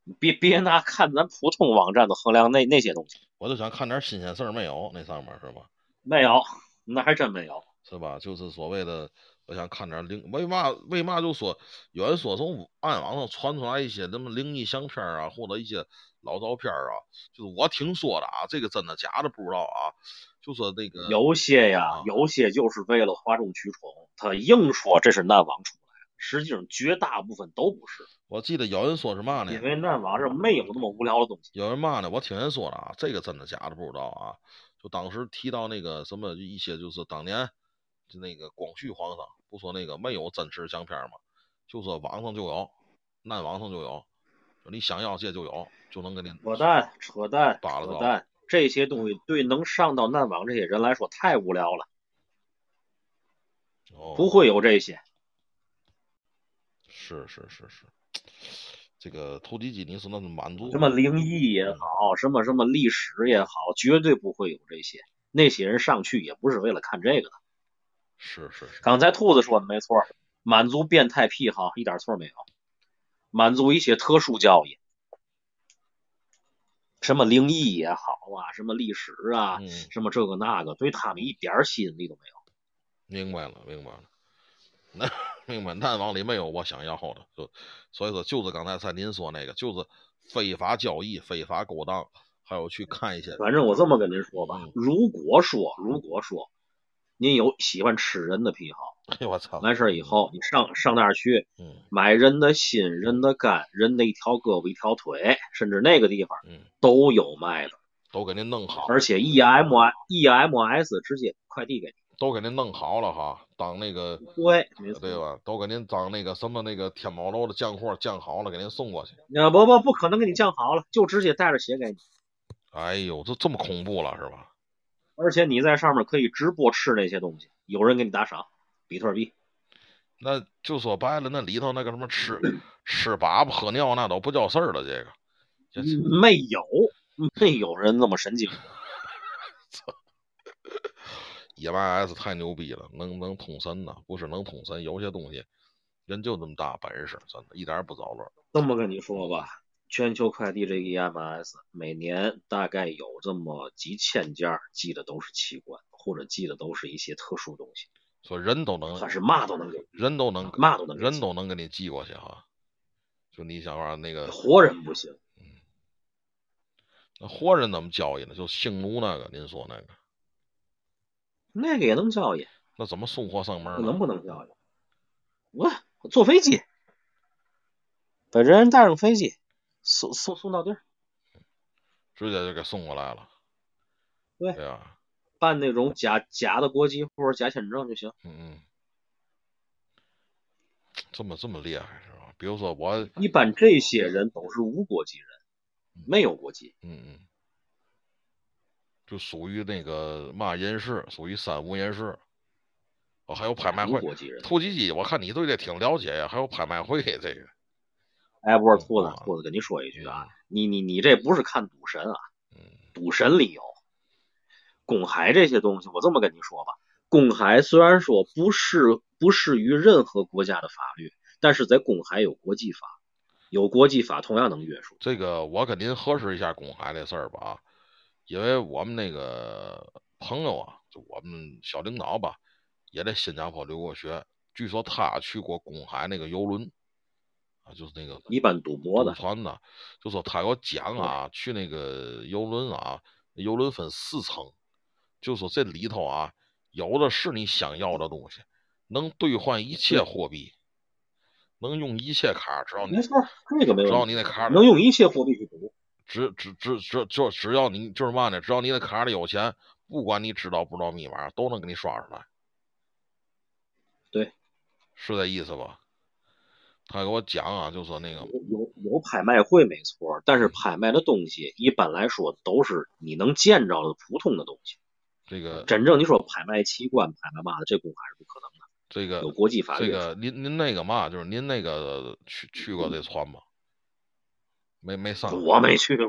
Speaker 4: 你别别拿看咱普通网站的衡量那那些东西，
Speaker 3: 我就想看点新鲜事儿没有，那上面是吧？
Speaker 4: 没有，那还真没有。
Speaker 3: 是吧？就是所谓的，我想看点灵，为嘛为嘛就说有人说从暗网上传出来一些什么灵异相片啊，或者一些老照片啊，就是我听说的啊，这个真的假的不知道啊，就说那个
Speaker 4: 有些
Speaker 3: 嗯
Speaker 4: 呀
Speaker 3: 啊，
Speaker 4: 有些就是为了哗众取宠，他硬说这是难网出来的，实际上绝大部分都不是，
Speaker 3: 我记得有人说是嘛
Speaker 4: 因
Speaker 3: 呢？
Speaker 4: 为难网上没有那么无聊的东西。
Speaker 3: 有人嘛呢？我听人说的啊，这个真的假的不知道啊。就当时提到那个什么一些，就是当年就那个光绪皇上不说那个没有真实相片嘛，就说网上就有，那网上就有，就你想要这就有，就能给你。
Speaker 4: 扯淡，扯淡，
Speaker 3: 罢了
Speaker 4: 扯
Speaker 3: 吧
Speaker 4: 淡，这些东西对能上到难网这些人来说太无聊了，
Speaker 3: 哦
Speaker 4: 不会有这些。
Speaker 3: 是是是是，这个投机机你是那是满足嗯
Speaker 4: 什么灵异也好，什么什么历史也好，绝对不会有这些。那些人上去也不是为了看这个的。
Speaker 3: 是是是，
Speaker 4: 刚才兔子说的没错，满足变态癖好一点错没有，满足一些特殊教育，什么灵异也好啊，什么历史啊，
Speaker 3: 嗯，
Speaker 4: 什么这个那个，对他们一点儿吸引力都没有。
Speaker 3: 明白了明白了， 那明白，但往里没有我想要的，就所以说就是刚才在您说那个，就是非法交易、非法勾当，还有去看一些，
Speaker 4: 反正我这么跟您说吧
Speaker 3: 嗯，
Speaker 4: 如果说如果说您有喜欢吃人的癖好，
Speaker 3: 哎呦我操，
Speaker 4: 完事儿以后你上上那儿去，
Speaker 3: 嗯
Speaker 4: 买人的心、人的肝、人的一条胳膊、一条腿，甚至那个地方
Speaker 3: 嗯，
Speaker 4: 都有卖的，
Speaker 3: 都给您弄好，
Speaker 4: 而且 E EMI EMS 直接快递给你。
Speaker 3: 都给您弄好了哈，当那个
Speaker 4: 对，没
Speaker 3: 对哦
Speaker 4: 错。
Speaker 3: 吧？都给您当那个什么那个天宝楼的酱货酱好了，给您送过去。
Speaker 4: 啊不不不可能给你降好了，就直接带着写给你，
Speaker 3: 哎呦，这这么恐怖了是吧？
Speaker 4: 而且你在上面可以直播吃那些东西，有人给你打赏，比特币。
Speaker 3: 那就说白了，那里头那个什么吃吃粑粑喝尿那都不叫事儿了。这个，这
Speaker 4: 没有，没有人那么神经。
Speaker 3: 野蛮 S 太牛逼了，能能通神呐，不是能通神，有些东西人就这么大本事，真的，一点儿也不着落。
Speaker 4: 这么跟你说吧，全球快递这个 EMS 每年大概有这么几千件儿，寄的都是器官，或者寄的都是一些特殊东西。
Speaker 3: 说人都能
Speaker 4: 他，是嘛都能给，
Speaker 3: 人都能，
Speaker 4: 嘛都能给
Speaker 3: 啊人都能给你寄过去哈。就你想法那个
Speaker 4: 活人不行，
Speaker 3: 那活人怎么交易呢？就性奴那个，您说那个，
Speaker 4: 那个也能交易，
Speaker 3: 那怎么送货上门呢？
Speaker 4: 能不能交易？我坐飞机，把人带上飞机，送送送到地儿，
Speaker 3: 直接就给送过来了。
Speaker 4: 对
Speaker 3: 对呀、啊
Speaker 4: 办那种假假的国籍或者假签证就行。
Speaker 3: 嗯嗯，这么这么厉害是吧？比如说我，嗯
Speaker 4: 一般这些人都是无国籍人，没有国籍。
Speaker 3: 嗯，就属于那个嘛人士，属于三无人士。哦，还有拍卖
Speaker 4: 无
Speaker 3: 会，
Speaker 4: 国籍人，
Speaker 3: 兔吉吉，我看你对这挺了解呀，还有拍卖会这个。
Speaker 4: 哎，不是兔子，兔子跟你说一句啊，你你你这不是看赌神啊，
Speaker 3: 嗯
Speaker 4: 赌神里有。公海这些东西，我这么跟你说吧，公海虽然说不适不适于任何国家的法律，但是在公海有国际法，有国际法同样能约束。
Speaker 3: 这个我跟您核实一下公海这事儿吧啊，因为我们那个朋友啊，就我们小领导吧，也在新加坡留过学，据说他去过公海那个游轮，啊，就是那个
Speaker 4: 一般赌博的嗯
Speaker 3: 祖传的，就说他给我讲啊，去那个游轮啊，游轮分四层，就说这里头啊，有的是你想要的东西，能兑换一切货币。能用一切卡，只要你
Speaker 4: 没错，这个没
Speaker 3: 只要
Speaker 4: 问
Speaker 3: 嗯你
Speaker 4: 题，
Speaker 3: 那卡里
Speaker 4: 能用一切货币去赌，
Speaker 3: 只只只只就只要你就是嘛呢，只要你的卡里有钱，不管你知道不知道密码，都能给你刷出来。
Speaker 4: 对，
Speaker 3: 是这意思吧？他给我讲啊，就说那个
Speaker 4: 有有拍卖会没错，但是
Speaker 3: 嗯
Speaker 4: 拍卖的东西一般来说都是你能见着的普通的东西，
Speaker 3: 这个
Speaker 4: 真正你说拍卖器官、拍卖嘛的，这公还是不可能的，
Speaker 3: 这个
Speaker 4: 有国际法律。
Speaker 3: 这个您您那个嘛，就是您那个去去过这川吗？没没上过，
Speaker 4: 我没去过，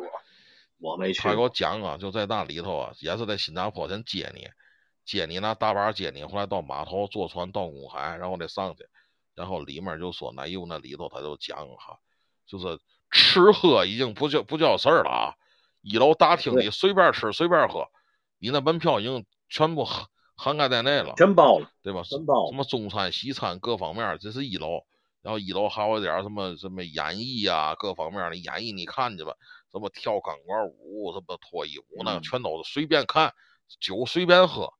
Speaker 4: 我没去
Speaker 3: 他给
Speaker 4: 过。
Speaker 3: 我讲啊，就在那里头啊，也是在新加坡先接你，接你拿大巴接你，后来到码头坐船到公海，然后再上去，然后里面就说那有那里头他就讲哈，就是吃喝已经不叫不叫事儿了啊，一楼大厅里随便吃随便喝，你那门票已经全部涵涵盖在内了，
Speaker 4: 真爆了，
Speaker 3: 对吧？
Speaker 4: 真爆
Speaker 3: 什
Speaker 4: 了！
Speaker 3: 么中餐、西餐各方面儿，这是一楼。然后一楼还有点儿什么什么演艺啊，各方面儿的演艺你看去吧，什么跳钢管舞，什么脱衣舞那个
Speaker 4: 嗯
Speaker 3: 全都是随便看，酒随便喝，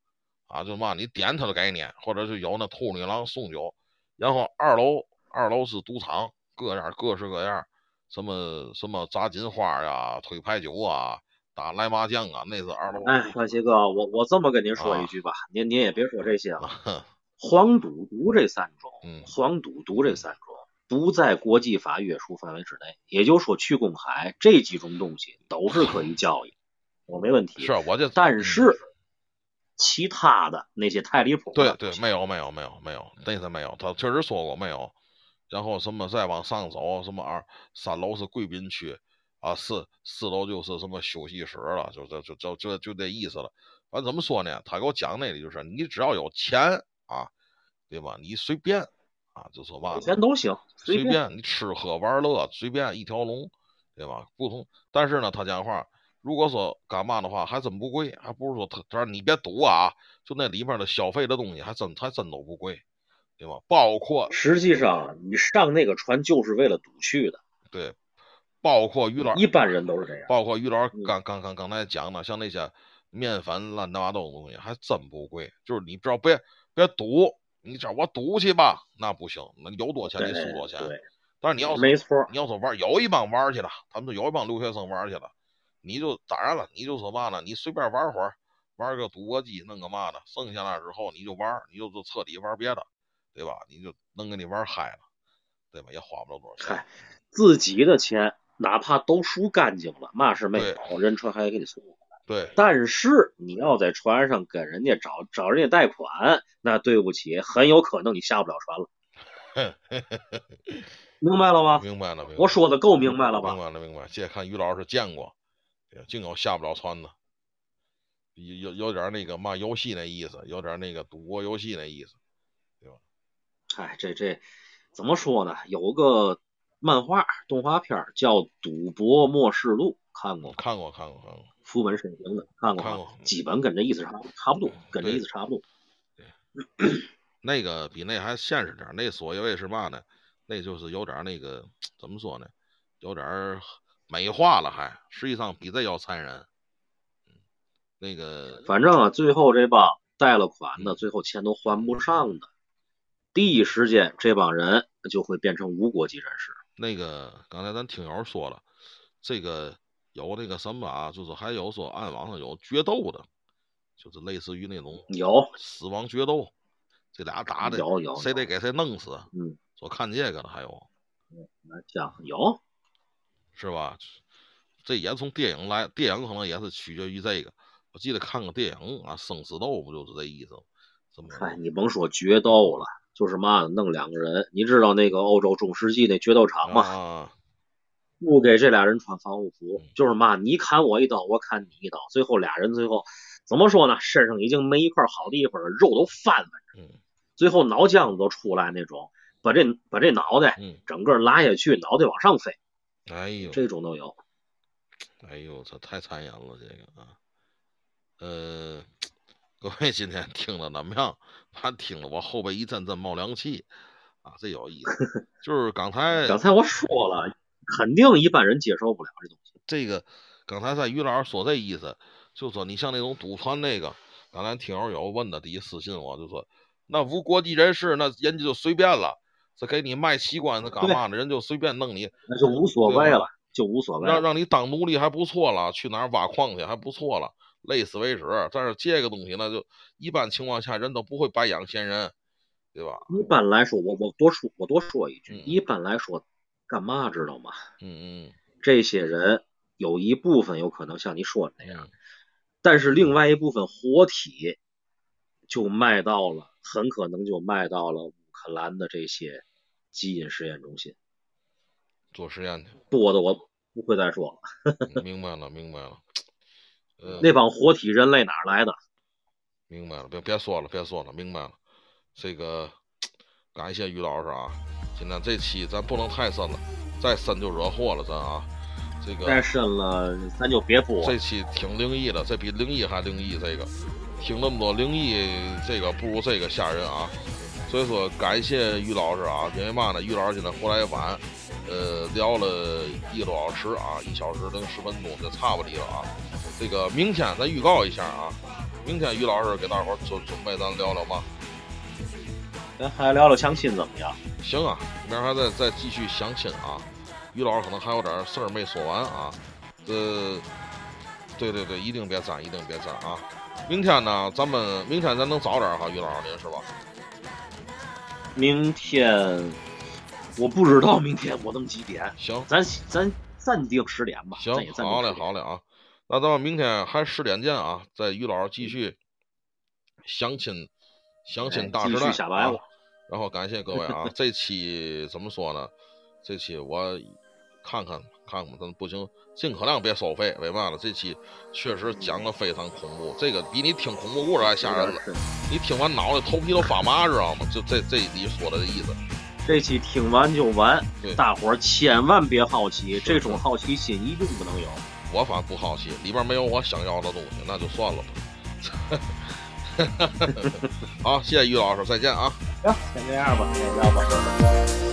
Speaker 3: 啊，就嘛你点它的概念，或者是有那兔女郎送酒。然后二楼二楼是赌场，各样儿各式各样儿，什么什么砸金花呀、推牌九啊、打来麻将啊，那是二楼。
Speaker 4: 哎，冠希哥，我我这么跟您说一句吧，您您也别说这些了。
Speaker 3: 啊，
Speaker 4: 黄赌毒这三种，
Speaker 3: 嗯
Speaker 4: 黄赌毒这三种不在国际法约束范围之内，也就是说去公海这几种东西都是可以交易，我没问题。
Speaker 3: 是，啊嗯我这
Speaker 4: 但是其他的那些太离谱
Speaker 3: 对
Speaker 4: 了，
Speaker 3: 对，没有没有没有没有，那次没有，他确实说过没有。然后什么再往上走，什么二三楼是贵宾区，啊四四楼就是什么休息室了，就这就就就就这意思了。反正怎么说呢，他给我讲那里就是你只要有钱啊，对吧？你随便啊，就说嘛
Speaker 4: 有，钱都行，
Speaker 3: 随
Speaker 4: 随便。
Speaker 3: 便你吃喝玩乐，随便一条龙，对吧？不同，但是呢，他讲话，如果说干嘛的话，还真不贵，还不如说他，他说你别赌啊，就那里面的消费的东西，还真还真都不贵，对吧？包括
Speaker 4: 实际上，你上那个船就是为了赌去的，
Speaker 3: 对，包括于老，
Speaker 4: 一般人都是这样。
Speaker 3: 包括于老师
Speaker 4: 嗯
Speaker 3: 刚刚刚刚才讲的，像那些面粉、乱七八糟的东西，还真不贵。就是你只要别别赌，你只要我赌去吧，那不行，那有多钱
Speaker 4: 对
Speaker 3: 你输多钱。
Speaker 4: 对，
Speaker 3: 但是你要是
Speaker 4: 没错。
Speaker 3: 你要说玩儿，有一帮玩儿去了，他们就有一帮留学生玩儿去了。你就当然了，你就说嘛呢？你随便玩会儿，玩个赌博机，弄个嘛的，剩下那之后你就玩儿，你就就彻底玩别的，对吧？你就能给你玩嗨了，对吧？也花不了多少钱
Speaker 4: 嗨。自己的钱，哪怕都输干净了，嘛事没
Speaker 3: 对
Speaker 4: 有，人船还给你送。
Speaker 3: 对
Speaker 4: 但是你要在船上跟人家找找人家贷款，那对不起，很有可能你下不了船了。 明白了吗？
Speaker 3: 明白了，明白了。
Speaker 4: 啊我说的够明白了吧
Speaker 3: 明白了，明白了。这看于老师见过，对净有下不了船的，有有有点儿那个嘛游戏那意思，有点儿那个赌博游戏那意思。
Speaker 4: 哎，这这怎么说呢？有个漫画动画片儿叫《赌博默示录》，看过吗？
Speaker 3: 看过，看过，看过。
Speaker 4: 副本水平的，看过
Speaker 3: 看
Speaker 4: 吗
Speaker 3: 过？
Speaker 4: 基本跟这意思差不差不多，跟这意思差不多。
Speaker 3: 那个比那还现实点儿，那所谓是嘛呢？那就是有点儿那个怎么说呢？有点儿美化了还，实际上比这要残忍。嗯，那个
Speaker 4: 反正啊，最后这帮贷了款的，
Speaker 3: 嗯
Speaker 4: 最后钱都还不上的，第一时间这帮人就会变成无国籍人士。
Speaker 3: 那个，刚才咱听友说了，这个有那个什么啊，就是还有说暗网上有决斗的，就是类似于那种
Speaker 4: 有
Speaker 3: 死亡决斗，这俩打的
Speaker 4: 嗯有有
Speaker 3: 谁得给谁弄死。
Speaker 4: 嗯，
Speaker 3: 说看这个了，还有
Speaker 4: 像有
Speaker 3: 是吧？这也从电影来，电影可能也是取决于这个。我记得看个电影啊，《生死斗》不就是这意思吗？怎么？
Speaker 4: 哎，你甭说决斗了，就是嘛，弄两个人。你知道那个欧洲中世纪那决斗场吗？
Speaker 3: 啊，
Speaker 4: 不给这俩人穿防护服
Speaker 3: 嗯，
Speaker 4: 就是嘛，你砍我一刀，我砍你一刀，最后俩人最后怎么说呢？身上已经没一块好地方了，肉都翻了，
Speaker 3: 嗯
Speaker 4: 最后脑浆子都出来那种，把这把这脑袋
Speaker 3: 嗯，
Speaker 4: 整个拉下去，脑袋往上飞，
Speaker 3: 哎呦，
Speaker 4: 这种都有。
Speaker 3: 哎呦，这太残忍了，这个啊，呃， 各位今天听了怎么样？他听了我后背一阵阵冒凉气，啊，这有意思。就是刚才
Speaker 4: 刚才我说了，肯定一般人接受不了这东西。
Speaker 3: 这个刚才在于老师说这意思，就说你像那种赌团那个，刚才听友有问的，第一私信我就说，那无国籍人士那人家就随便了，这给你卖器官，这干嘛呢？人就随便弄你，
Speaker 4: 那就无所谓
Speaker 3: 啊
Speaker 4: 了，就无所谓
Speaker 3: 让
Speaker 4: 了。
Speaker 3: 让你当奴隶还不错了，去哪儿挖矿去还不错了，累死为止。但是这个东西呢，就一般情况下人都不会白养闲人，对吧？
Speaker 4: 一般来说，我我多说我多说一句，
Speaker 3: 嗯
Speaker 4: 一般来说，干嘛知道吗？
Speaker 3: 嗯嗯
Speaker 4: 这些人有一部分有可能像你说的那样
Speaker 3: 嗯，
Speaker 4: 但是另外一部分活体就卖到了，很可能就卖到了乌克兰的这些基因实验中心。
Speaker 3: 做实验去。
Speaker 4: 多的我不会再说了。
Speaker 3: 嗯明白了，明白了。呃，
Speaker 4: 那帮活体人类哪儿来的？
Speaker 3: 明白了，别别说了，别说了，明白了。这个感谢于老师啊，今天这期咱不能太深了，再深就惹祸了，咱啊。这个
Speaker 4: 再深了，咱就别播了。
Speaker 3: 这期挺灵异的，这比灵异还灵异。这个听那么多灵异，这个不如这个吓人啊。所以说，感谢于老师啊，因为嘛呢，于老师今天回来晚，呃，聊了一个多小时啊，一小时零十分钟就差不离了啊。这个明天咱预告一下啊，明天于老师给大伙儿准准备咱聊聊嘛。
Speaker 4: 咱还聊聊相亲怎么样？
Speaker 3: 行啊，明儿还再再继续相亲啊。于老师可能还有点事儿没说完啊。呃，对对对，一定别沾，一定别沾啊。明天呢，咱们明天咱能早点儿哈，于老师您是吧？
Speaker 4: 明天我不知道明天我能几点，
Speaker 3: 行，
Speaker 4: 咱咱暂定十点吧。咱也
Speaker 3: 行，
Speaker 4: 暂定
Speaker 3: 好
Speaker 4: 10
Speaker 3: 嘞，
Speaker 4: 点
Speaker 3: 好嘞啊。那咱们明天还十点见啊，在于老师继续相亲相
Speaker 4: 嗯哎
Speaker 3: 亲大
Speaker 4: 继
Speaker 3: 时代、
Speaker 4: 续下白
Speaker 3: 啊
Speaker 4: 了。。
Speaker 3: 然后感谢各位 啊，这期怎么说呢？这期我看看看看，咱不行，尽可量别收费，为嘛了？这期确实讲的非常恐怖，这个比你听恐怖故事还吓人了。
Speaker 4: 是
Speaker 3: 你听完脑袋头皮都发麻，知道吗？就这这你说的这意思，
Speaker 4: 这期听完就完
Speaker 3: 对，
Speaker 4: 大伙儿千万别好奇，
Speaker 3: 是
Speaker 4: 这种好奇心一定不能有。
Speaker 3: 我反正不好奇，里边没有我想要的东西，那就算了吧。 好，谢谢于老师，再见啊。
Speaker 4: 行，先这样吧，先这样吧。